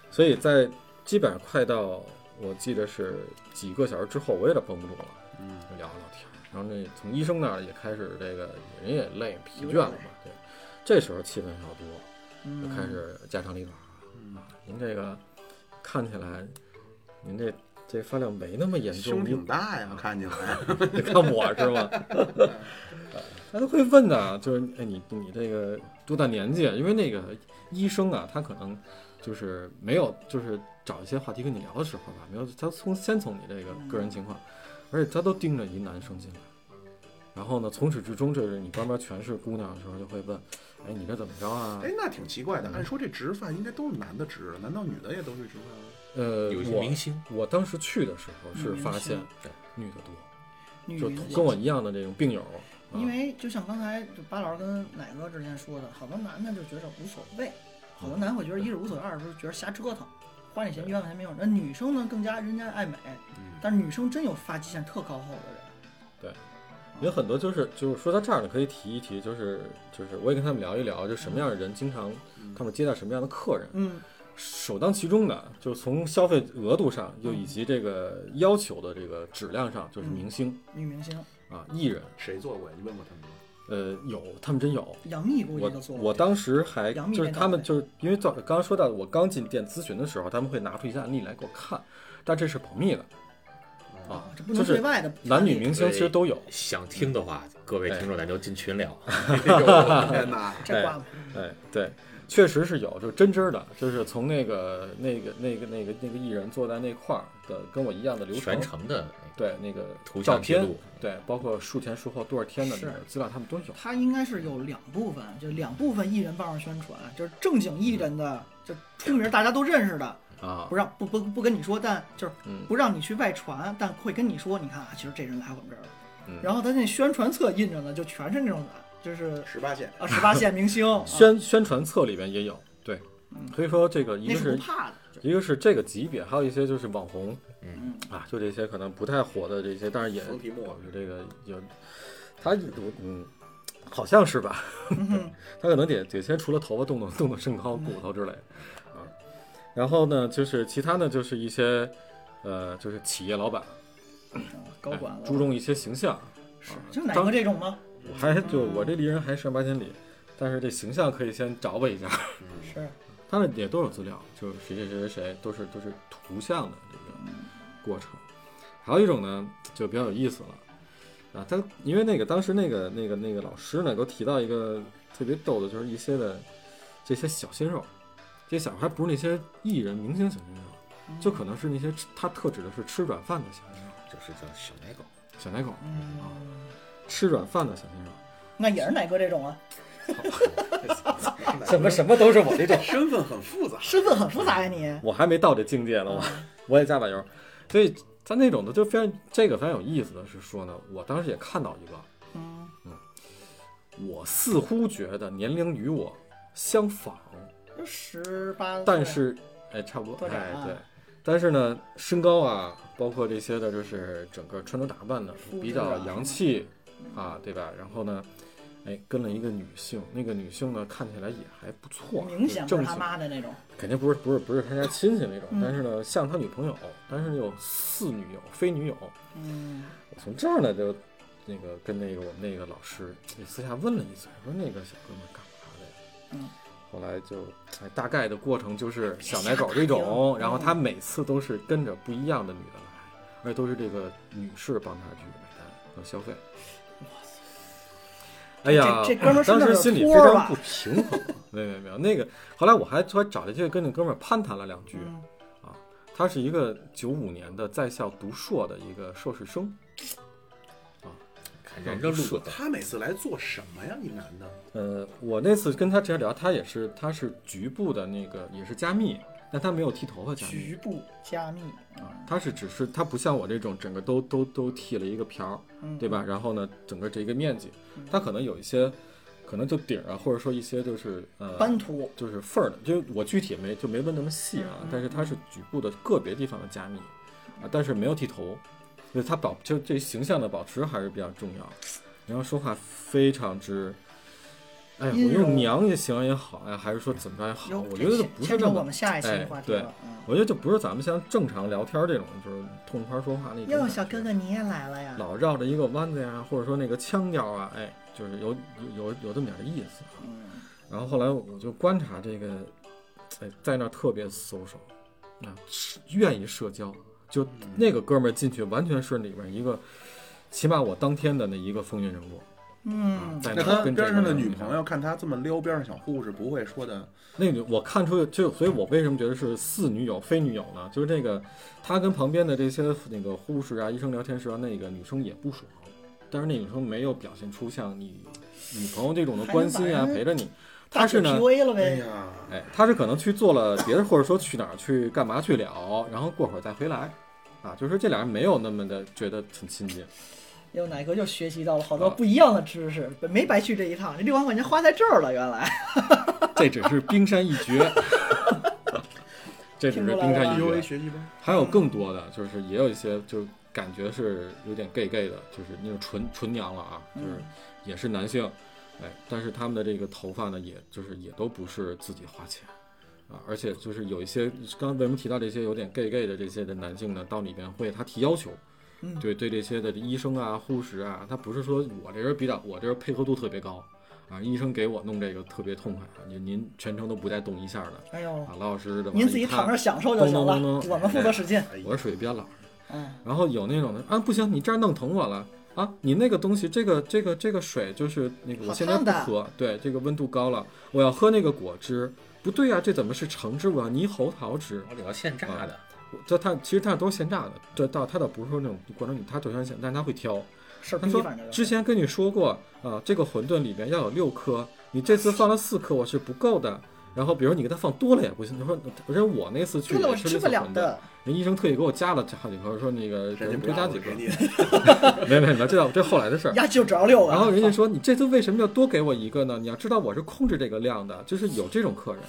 所以在基本上快到我记得是几个小时之后，我有点绷不住了，
嗯，
就聊了聊天儿。然后那从医生那儿也开始这个人也累疲倦了嘛，
嗯
对，这时候气氛要多。就
嗯，
开始家长里短
嗯
了。您这个看起来，您这这发量没那么严重，
胸挺大呀，看起 来。
你看我是吗？ 他都会问的，就是哎，你你这个多大年纪？啊因为那个医生啊，他可能就是没有，就是找一些话题跟你聊的时候吧，没有，他从先从你这个个人情况，而且他都盯着一男生进来，然后呢，从始至终，这是你旁边全是姑娘的时候，就会问，哎，你这怎么着啊？
哎，那挺奇怪的。按说这直饭应该都是男的直，难道女的也都是直饭吗？
呃，
有一些
我
明星
我当时去的时候是发现
对
女的多，
女
就
明星
跟我一样的这种病友，啊
因为就像刚才就巴老师跟奶哥之前说的，好多男的就觉得无所谓，好
嗯
多男会觉得一是无所谓，二是觉得瞎折腾，花点钱冤枉钱没用。那女生呢，更加人家爱美，
嗯
但是女生真有发际线特靠后的人，嗯
有很多就是就是说到这儿呢，可以提一提，就是就是我也跟他们聊一聊，就什么样的人经常他们接待什么样的客人，
嗯，
首当其冲的就是从消费额度上，就以及这个要求的这个质量上，就是明星
女明星
啊艺人，
谁做过呀？你问过他们 吗？
呃有他们真有。
杨幂估计
我
都做过
我当时还
杨幂
就是
那
他们
档
就是因为早刚刚说到我刚进店咨询的时候，他们会拿出一些案例来给我看，但这是保密的啊
啊，，这不
就
能
是
对外的
男女明星其实都有，
想听的话，各位
哎
听众咱就进群聊。
哎天哪！
这挂吗？
哎，对，确实是有，就真真儿的，就是从那个那个那个那个那个艺人坐在那块儿的，跟我一样的流程
全，程的
对那个
图
照
像记
片
录，，
对，包括术前术后多少天的那个资料，他们都有。
它应该是有两部分，就两部分艺人帮着宣传，就是正经艺人的，就出名大家都认识的，
啊
不，让不不不跟你说，但就是
嗯
不让你去外传，但会跟你说，你看啊，其实这人来我们这儿了。
嗯
然后他那宣传册印着呢，就全是那种 就是
十八线，
啊十八线明星，啊
宣宣传册里面也有，对
嗯，
可以说这个一
那
个
是
是
不怕的。就
一个是这个级别，还有一些就是网红
嗯，
啊，就这些可能不太火的这些，但是也
冯提莫
有这个有，他我嗯，好像是吧，
嗯哼
他可能得得先除了头发动动 动动身高、骨头之类的啊。然后呢，就是其他呢，就是一些呃，就是企业老板
高管
哎
了，
注重一些形象。
是
啊
就奶哥这种吗？
我还就我这离人还上八千里，但是这形象可以先找我一下。
嗯
是，
他们也都有资料，就是谁谁谁谁谁都是都是图像的这个过程。还有一种呢，就比较有意思了啊，他因为那个当时那个那个那个老师呢，给我提到一个特别逗的，就是一些的这些小鲜肉，这小孩不是那些艺人明星小鲜肉，就可能是那些吃他特指的是吃软饭的小鲜肉，
就是叫小奶狗，
小奶狗啊，
嗯，
吃软饭的小鲜肉。
那也是奶哥这种啊，
么什么都是我这种，
身份很复杂。
身份很复杂呀 你。
我还没到这境界呢，我我也加把油。所以他那种的就非常这个非常有意思的是说呢，我当时也看到一个，
嗯，
我似乎觉得年龄与我相仿，
十八，
但是哎差不多
多长
哎
啊
对，但是呢身高啊，包括这些的，就是整个穿着打扮呢
素质啊
比较洋气啊，对吧？然后呢。哎，跟了一个女性，那个女性呢看起来也还不错，
明显
就
不
正
是他
经
妈的那种，
肯定不是不是不是他家亲戚那种，
嗯
但是呢，像他女朋友，但是有似女友非女友。
嗯，
我从这儿呢就那个跟那个我们那个老师也私下问了一嘴，说那个小哥们儿干嘛的呀？
嗯，
后来就哎大概的过程就是小奶狗这种，然后他每次都是跟着不一样的女的来，而且都是这个女士帮他去买单和消费。哎呀，
这这哥们儿是
当
那
时
种
心里
托
非
儿
常
吧
不平衡，没有没有没有，那个后来我还还找了去跟那哥们儿攀谈了两句，
嗯
他是一个九五年的在校读硕的一个硕士生，嗯
看人这路子，
他每次来做什么呀？一男的，
呃，我那次跟他直接聊，他也是他是局部的那个也是加密，但他没有剃头发加密
局部加密，
啊，他是只是他不像我这种整个都都都剃了一个瓢儿，
嗯，
对吧？然后呢，整个这一个面积，他可能有一些可能就底儿啊，或者说一些就是呃
斑秃，
就是缝儿的，就是我具体没就没问那么细啊，
嗯
但是它是局部的个别地方的加密啊，但是没有剃头，所以它保就这形象的保持还是比较重要。你要说话非常之，哎呀，我
阴柔
用娘也行也好哎呀，还是说怎么着也好，
哟
我
这
觉得就
牵
不是
牵
那
扯我
么
们，下一期
哎
的话题
对
了。嗯，
我觉得就不是咱们像正常聊天这种就是痛快说话那种感觉。
哟，小哥哥你也来了呀？
老绕着一个弯子呀，或者说那个腔调啊，哎，就是有有有有这么点儿意思啊。
嗯，
然后后来我就观察这个，哎，在那儿特别 social，啊，愿意社交。就
嗯
那个哥们儿进去，完全是里边一个，起码我当天的那一个风云人物。啊
嗯，
在
那
儿
他
跟
边上的
这个
女
人
朋友，看他这么撩边上小护士，不会说的
那个我看出就，所以我为什么觉得是似女友非女友呢？就是这个，他跟旁边的这些那个护士啊、医生聊天时啊，那个女生也不爽，但是那女生没有表现出像你女朋友这种的关心啊，
还能把人
陪着你。她是呢，
PUA 了
哎
呗？
呀，
哎，她是可能去做了别的，或者说去哪儿去干嘛去了，然后过会儿再回来，啊，就是这俩人没有那么的觉得很亲近。
哟，奶哥又学习到了好多
啊
不一样的知识，没白去这一趟，这六万块钱花在这儿了，原来。
这只是冰山一角， 这只是冰
哎
山一角
，PUA。学习吧，
还有更多的，就是也有一些就是感觉是有点 gay gay 的，就是那种纯纯娘了啊，
嗯
就是也是男性，哎，但是他们的这个头发呢，也就是也都不是自己花钱啊，而且就是有一些刚才为什么提到这些有点 gay gay 的这些的男性呢，到里边会他提要求。
嗯
对对，这些的医生啊、护士啊，他不是说我这人比较，我这人配合度特别高啊，医生给我弄这个特别痛快，啊您您全程都不带动一下的
哎呦，
啊，老老实实的。
您自己躺着享受就行了
咚咚咚，咚
我们负责使劲。
哎呀
我是属于比较老实
嗯，
然后有那种的啊，不行，你这儿弄疼我了啊！你那个东西，这个这个这个水就是那个，
好
我现在
烫
不
的
喝，对，这个温度高了，我要喝那个果汁。不对啊呀、这怎么是橙汁？我要猕猴桃汁。
我得要现榨的，
这他其实他都是现榨的，这倒他倒不是说那种过程里他就想现，但是他会挑。
事儿
他
逼，
说
反正就
之
是。
前跟你说过啊、这个馄饨里面要有六颗，你这次放了四颗，我是不够的。然后比如你给他放多了也不行，他说，而且我那次去
真的我
也是
吃不了的，
人医生特意给我加了好几盒，说那个
人家
多加几
个
个。， 没没没，这倒这后来的事儿。
呀就只要六个。
然后人家说：“你这次为什么要多给我一个呢？你要知道我是控制这个量的，就是有这种客人，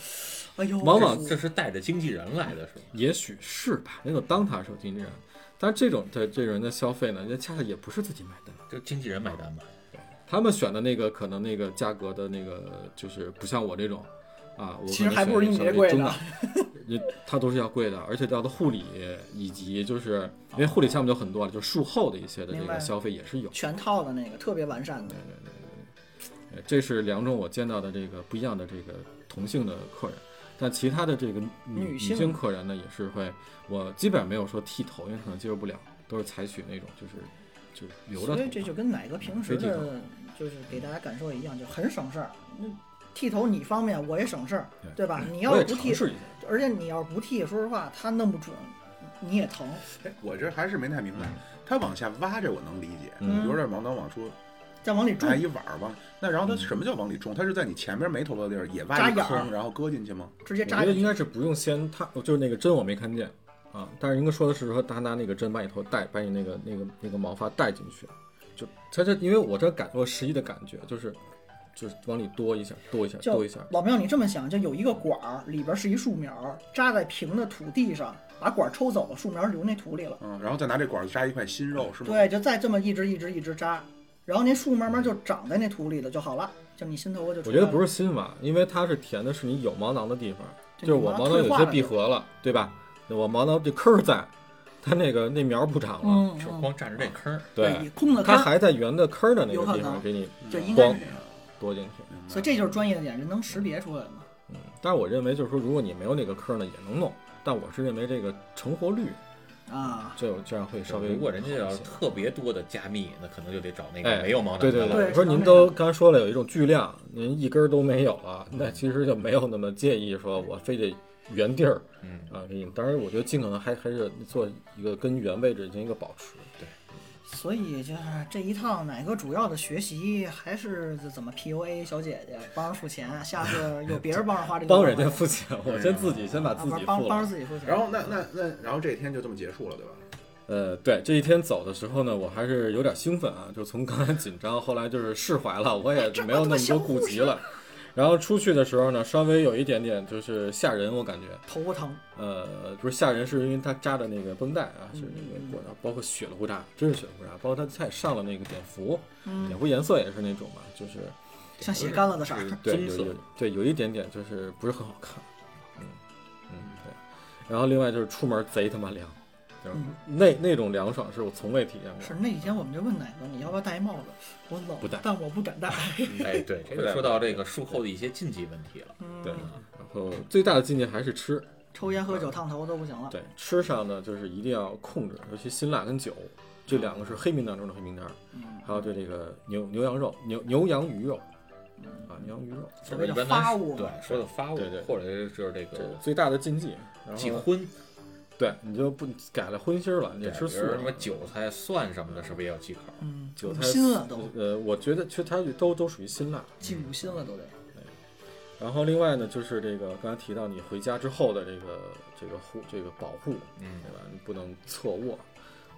哎呦，
往往
这是带着经纪人来的，是吧？
也许是吧，人就当他是经纪人。但是这种的这种人的消费呢，人家恰恰也不是自己买单，
就经纪人买单吧。
他们选的那个可能那个价格的那个就是不像我这种，啊，我
其实还不如你这
这
贵
真
呢
的，人他都是要贵的，而且到的护理以及就是因为护理项目就很多了，就术后的一些的这
哦明
个
白
消费也是有。”
全套的那个特别完善的，
呃，这是两种我见到的这个不一样的这个同性的客人，但其他的这个女
女
女
性
性客人呢，也是会，我基本上没有说剃头，因为可能接受不了，都是采取那种就是就留着
所以
头
这
发
就跟奶哥平时
没剃头
的，就是给大家感受一样，就很省事儿。那剃头你方便，我也省事儿，对吧？你要
嗯我
是
也
不
尝
剃，
试一下，
而且你要是不剃，说实话，他弄不准，你也疼。
哎我这还是没太明白，他往下挖这我能理解，
嗯
比如这往南往出
嗯再往里
哎
种
拿，一碗儿吧，那然后他什么叫往里种？他是在你前面没头发的地儿也
扎
嗯挖一
眼儿
坑，然后搁进去吗？
直接
我
扎
觉得应
进去。
该是不用先他就是那个针我没看见啊，但是应该说的是说他拿那个针把你头带，把你那个那个那个毛发带进去，就他这因为我这感我实际的感觉就是就是往里多一下多一下
就
多一下，
老庙，你这么想，就有一个管儿，里边是一树苗，扎在平的土地上，把管儿抽走了，树苗留那土里了。
嗯，然后再拿这管儿扎一块新肉是吗？
对，就再这么一直一直一直扎，然后那树慢慢就长在那土里了就好了，就你心头窝就出
我
来
觉得
了。
不是新蛙，因为它是填的是你有毛囊的地方，
对
就是我毛囊有些闭合了，对吧？我毛囊这坑儿在，它那个那苗儿不长了，
嗯，
就是
嗯，
光占着这坑儿，
对，
空的
它
坑儿
还在原的坑儿的那
有
个
可
地方
能
给你
就应该
光
是这样，
多进去。
嗯明白
所以这就是专业的点，人能识别出来嘛。
但是我认为就是说，如果你没有那个坑儿呢，也能弄。但我是认为这个成活率，
啊，
这这样会稍微
如果人家要
好一
是
些
特别多的加密，那可能就得找那
哎
个没有毛囊的
对
了。
对
对
我说您
是这样
都刚才说了有一种巨量，您一根儿都没有了，那其实就没有那么介意说我非得原地儿，
嗯
啊，给你。当然，我觉得尽可能还还是做一个跟原位置进行一个保持。
所以就是这一趟哪个主要的学习还是怎么 PUA 小姐姐帮着付钱，啊下次 有别人帮着花这个，
帮人家付钱，我先自己先把
啊，
自己
帮
付
帮着
了。
自己付钱。
然后那那那然后这一天就这么结束了，对吧？
呃，对，这一天走的时候呢，我还是有点兴奋啊，就从刚才紧张，后来就是释怀了，我也没有那么多顾及了。然后出去的时候呢，稍微有一点点就是吓人，我感觉，
头发疼，
呃，不是吓人，是因为它扎的那个绷带啊，
嗯
是那个裹着，包括血了呼扎，真是血了呼扎，包括它它也上了那个碘伏，碘
嗯，
伏颜色也是那种嘛，就是
像血干了的色儿，
对，
棕
有
色
有对，有一点点就是不是很好看，嗯嗯对。然后另外就是出门贼他妈凉，就是
嗯
那那种凉爽是我从未体验过。
是那几天我们就问奶哥，你要不要戴帽子？我冷，
不戴
但我不 敢戴。
哎，对，这个说到这个术后的一些禁忌问题了。
嗯
对然后最大的禁忌还是吃，
抽烟喝酒烫头都不行了。
对吃上呢就是一定要控制，尤其辛辣跟酒这两个是黑名单中的黑名单，
嗯，
还有对这个牛牛羊肉、牛牛羊鱼肉啊，牛羊鱼肉
就
所
是
谓
一
的
般
发
咱
物
对
嘛，
说的发物
对对，
或者就是这
这是
个
最大的禁忌。然
忌
后
荤，
对你就不改了荤腥儿了，你
对
就吃素啊
比如
了
什么韭菜、蒜什么的，是不是也有忌口？
嗯，
韭
五
菜
心了都，
呃，我觉得其实它都都属于辛辣。
进五心了都得。
然后另外呢，就是这个刚才提到你回家之后的这个这个护这个保护，
嗯
对，吧？你不能侧卧。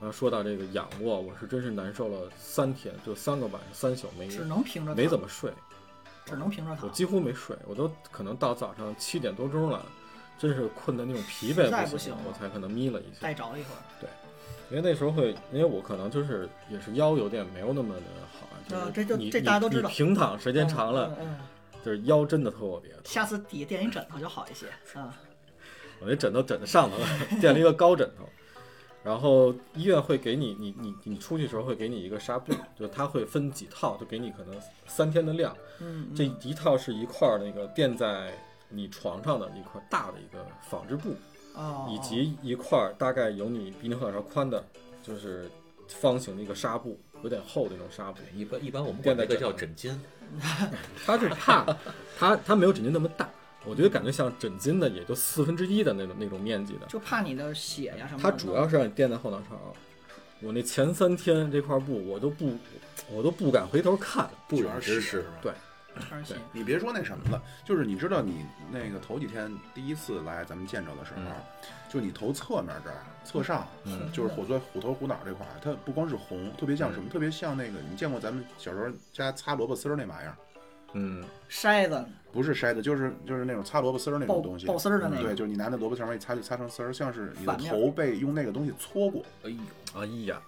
然后说到这个仰卧，我是真是难受了三天，就三个晚上三宿没
只能平着躺，
没怎么睡，
只能平着躺
我。几乎没睡，我都可能到早上七点多钟了，真是困的那种疲惫
实在
不
不
行了
行，了
我才可能眯了一下
带。着一会儿，
因为那时候会，因为我可能就是也是腰有点没有那么的好啊，就是你、
啊这就
你
这大家都知道
你平躺时间长了，
嗯，嗯嗯
就是腰真的特 别疼。
下次底下垫一枕头就好一些啊。
我那枕头枕在上头了，垫了一个高枕头。然后医院会给你，你你你出去的时候会给你一个纱布，就它会分几套，就给你可能三天的量。
嗯，
这一套是一块儿那个垫在你床上的一块大的一个纺织布，
哦，
以及一块儿大概有你比你小勺宽的，就是方形的一个纱布，有点厚的那种纱布。
一般一般我们管这个叫枕巾，
它是怕它它没有枕巾那么大，我觉得感觉像枕巾的也就四分之一的那种那种面积的。
就怕你的血呀什么
它
的。
主要是让你垫在后脑勺。我那前三天这块布，我都不，我都不敢回头看。
不
全
忍
是血
直视
是。吧？
对，
而且
你别说那什么了，就是你知道你那个头几天第一次来咱们见着的时候，
嗯
就你头侧面这儿、侧上，
嗯
就是虎头虎头虎脑这块儿，它不光是红，特别像什么，特别像那个你见过咱们小时候家擦萝卜丝儿那玩意儿，
嗯，
筛子
不是筛子，就是就是那种擦萝卜丝儿那
爆
种东西。嗯
爆丝儿的那
对，
个，
就是你拿那萝卜丝往一擦，就擦成丝儿，像是你的
反面
头被用那个东西搓过。
哎呦，
哎呀，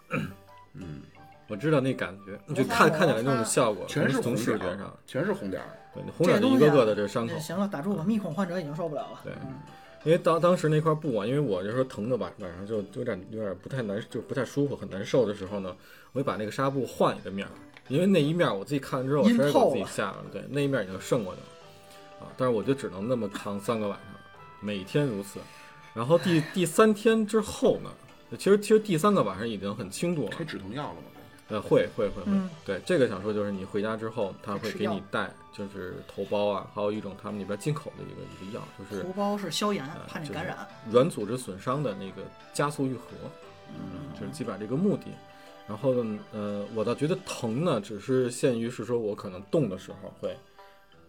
嗯，
我知道那感觉，
摩
就
擦
看看起来
摩
那种
擦
效果，
全是
从
红
从视
点
觉
儿
上，，
全是红点儿。
对，红点
这
的
个东
一
西
个
啊
个的这伤口嗯
这。行了，打住吧，密孔患者已经受不了了。
对
嗯
因为当当时那块布啊，因为我就说疼的晚晚上就有点有点不太难，就不太舒服，很难受的时候呢，我就把那个纱布换一个面儿，因为那一面儿我自己看了之后，我实
阴
在给我自己
透了
吓着了，对，那一面儿已经胜过去了啊，但是我就只能那么扛三个晚上，每天如此，然后第第三天之后呢，其实其实第三个晚上已经很轻度了，
开止疼药了吗？
呃，会会会会
嗯，
对，这个想说就是你回家之后，他会
吃
给你
药
带就是头孢啊，还有一种他们那边进口的一个一个药，就是嗯
头孢是消炎，怕你
就是
感染。
软组织损伤的那个加速愈合，
嗯
就是基本上这个目的。然后呢，呃，我倒觉得疼呢，只是限于是说我可能动的时候会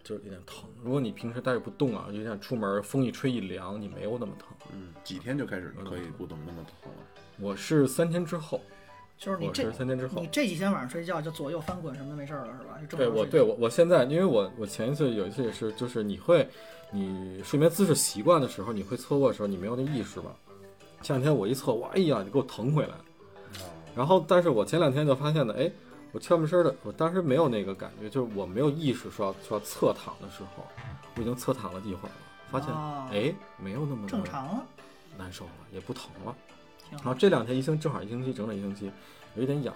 就是有点疼。如果你平时待着不动啊，就像出门风一吹一凉，你没有那么疼。
嗯，几天就开始可以不动那么疼了。
我是三天之后，
就是你
我
这
是三天之后
你，这几天晚上睡觉就左右翻滚什么的没事儿了是吧？就正
对
常
我
睡觉
对我我现在，因为我我前一次有一次也是，就是你会你睡眠姿势习惯的时候，你会侧卧的时候，你没有那意识吧？前两天我一侧卧，哎呀，你给我疼回来。
哦
然后，但是我前两天就发现呢，哎，我侧面身儿的，我当时没有那个感觉，就是我没有意识说要说要侧躺的时候，我已经侧躺了一会儿了，发现
哦
哎、没有那么的
正常了，
难受了，也不疼了。
挺
然后
好。
这两天一星正好一星期，整整一星期，有一点痒，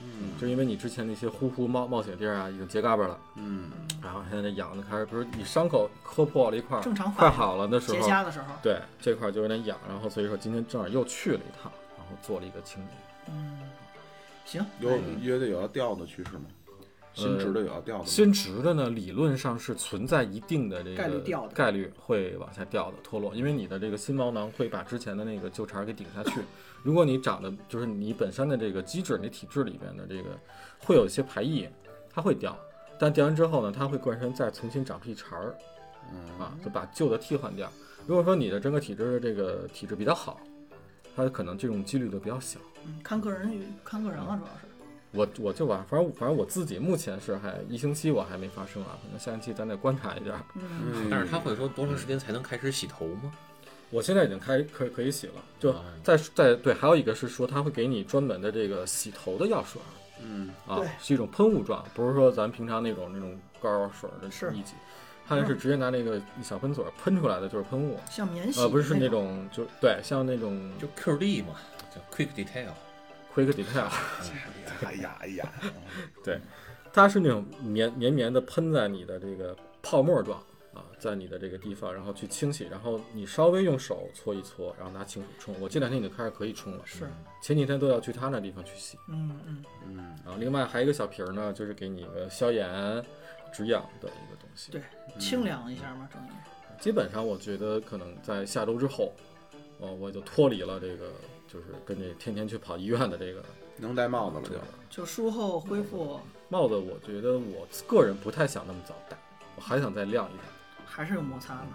嗯
就因为你之前那些呼呼冒冒血地儿啊，已经结嘎巴了。
嗯，
然后现在这痒的开始，比如你伤口磕破了一块儿，
正常
快
反应
好了的时
结
候，
痂的时候，
对这块儿就有点痒，然后所以说今天正好又去了一趟，然后做了一个清洁。
嗯，行，
有
嗯
乐队有要掉的趋势吗？
呃
新职的有要掉的吗？
新植的呢，理论上是存在一定的这个
概率掉的
概率会往下掉的脱落，因为你的这个新毛囊会把之前的那个旧茬儿给顶下 去。如果你长得就是你本身的这个机制，你体质里边的这个会有一些排异，它会掉，但掉完之后呢，它会冠身再重新长出一茬儿。
嗯
啊，就把旧的替换掉。如果说你的整个体质的这个体质比较好，它可能这种几率就比较小。
嗯，看个人看个人了，主要是。
我我就玩，反正反正我自己目前是还一星期我还没发生啊，可能下星期咱得观察一下。
嗯，
但是他会说多长时间才能开始洗头吗？
我现在已经开可以可以洗了，就
啊
在在对，还有一个是说它会给你专门的这个洗头的药水儿
嗯，
啊
对，
是一种喷雾状，不是说咱平常那种那种膏水儿的
是嗯
一挤，它是直接拿那个小喷嘴儿喷出来的就是喷雾，
像免洗
呃，不是是
那
那种就对，像那种
就 QD 嘛，叫 Quick Detail。
Quick Detail，
哎呀哎呀，
它是那种绵绵绵的喷在你的这个泡沫状啊，在你的这个地方，然后去清洗，然后你稍微用手搓一搓，然后拿清水冲。我这两天已经开始可以冲了，
是，
前几天都要去他那地方去洗。
嗯嗯，
嗯，
然后另外还有一个小瓶儿呢，就是给你一个消炎、止痒的一个东西。
对，清凉一下嘛，整个。
基本上我觉得可能在下周之后，呃，我就脱离了这个，就是跟这天天去跑医院的这个
能戴帽子了
这个
就。
就术后恢复
帽子。我觉得我个人不太想那么早戴，我还想再晾一晾。
还是有摩擦嘛。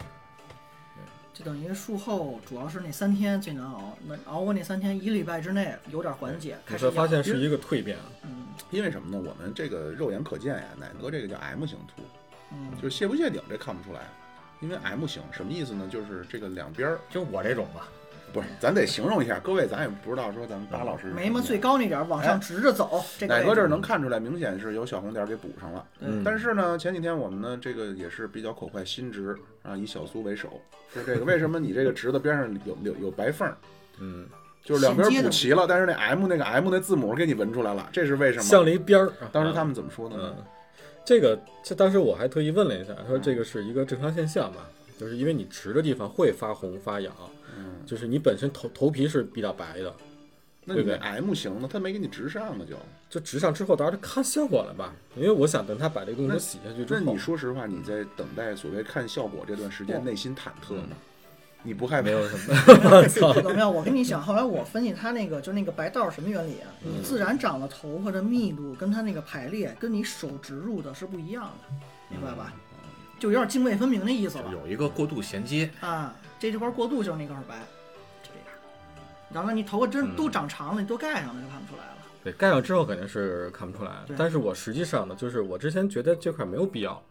就等于术后主要是那三天最难熬，能熬过那三天，一礼拜之内有点缓解，
你
开始
会嗯发
养
现是一个蜕变啊。
嗯
因为什么呢？我们这个肉眼可见呀，奶哥这个叫 M 型秃，
嗯，
就是卸不卸顶这看不出来，因为 M 型什么意思呢？就是这个两边儿
就我这种吧，
不是，咱得形容一下，各位咱也不知道说咱们巴老师
眉毛最
高，
高那点儿往上直着走，这个
奶
位
哥
置
哎这儿能看出来，明显是有小红点儿给补上了。
对
嗯
但是呢，前几天我们呢，这个也是比较口快心直啊，以小苏为首，说这个为什么你这个直的边上有有有白缝儿，
嗯，
就是两边
衔接的
补齐了，但是那 M 那个 M 那字母给你纹出来了，这是为什
向
么？
了一边儿。
当时他们怎么说的
啊嗯
呢？，
这个这当时我还特意问了一下，说这个是一个正常现象吧，就是因为你直的地方会发红发痒，
嗯，
就是你本身头头皮是比较白的，
那你
对
那
不
M 型呢？他没给你直上呢就。
就直上之后，到时候就看效果了吧。因为我想等他把这个东西都洗下去之
那
后，
你说实话，你在等待所谓看效果这段时间，
不
内心忐忑吗？你不害怕
嗯没？有什么，
这个没有，我跟你讲，后来我分析它那个就是那个白道儿什么原理啊？
嗯
你自然长的头发的密度跟它那个排列，跟你手植入的是不一样的，明白吧？
嗯
就有点泾渭分明的意思
就
了
有一个过渡衔接。
啊。这这块过渡就是那块白，就这样。然后你头发真都长长了，你都盖上了就看不出来了。
对，盖上之后肯定是看不出来
对。
但是我实际上呢，就是我之前觉得这块没有必要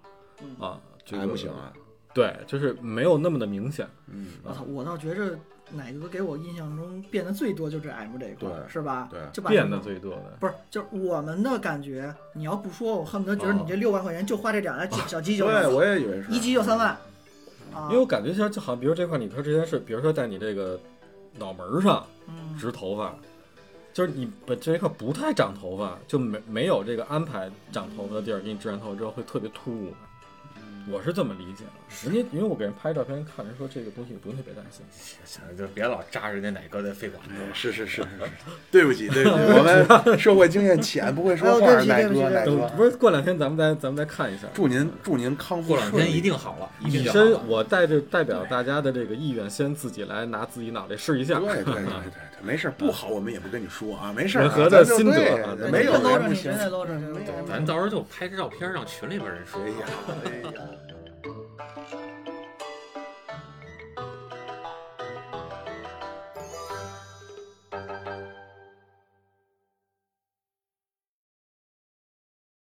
嗯
啊，这个
M 型啊，
对，就是没有那么的明显。
嗯，
我操，我倒觉着哪个给我印象中变得最多就是 M 这一块儿，
对
是吧？
对
就把
变得最多的，
不是，就是我们的感觉。你要不说，我恨不得觉得你这六万块钱就花这点儿小鸡酒，
啊对，我也以为是
一鸡就三万。啊
因为我感觉像就好像，比如这块你说之前是，比如说在你这个脑门儿上。
嗯，
直头发，就是你本这一块不太长头发，就没没有这个安排长头发的地儿，给你治完头发之后会特别突兀。我是这么理解的，人家因为我给人拍照片看，人说这个东西你不用特别担心，
行了就别老扎人家奶哥的肺管子了。
是是是，是是对不起对不起，我 们社会经验浅，不会说话，
哎
奶
呦对不起
哥奶
对
等
哥，
不是过两天咱们再咱们再看一下。
祝您祝您康复
过两
顺
天
利
一定好了，一定
以
就好了
身，我带着代表大家的这个意愿，先自己来拿自己脑袋试一下。
对对对对对，没事儿，不好我们也不跟你说啊，没事儿
任
啊，
何
咱
的
就
心得
对
啊
对
没有
你别搂
人
着
不
你，
行
别。再搂着你。
没有
咱到时候就拍着照片让群里边人说
哎。呀，哎呀。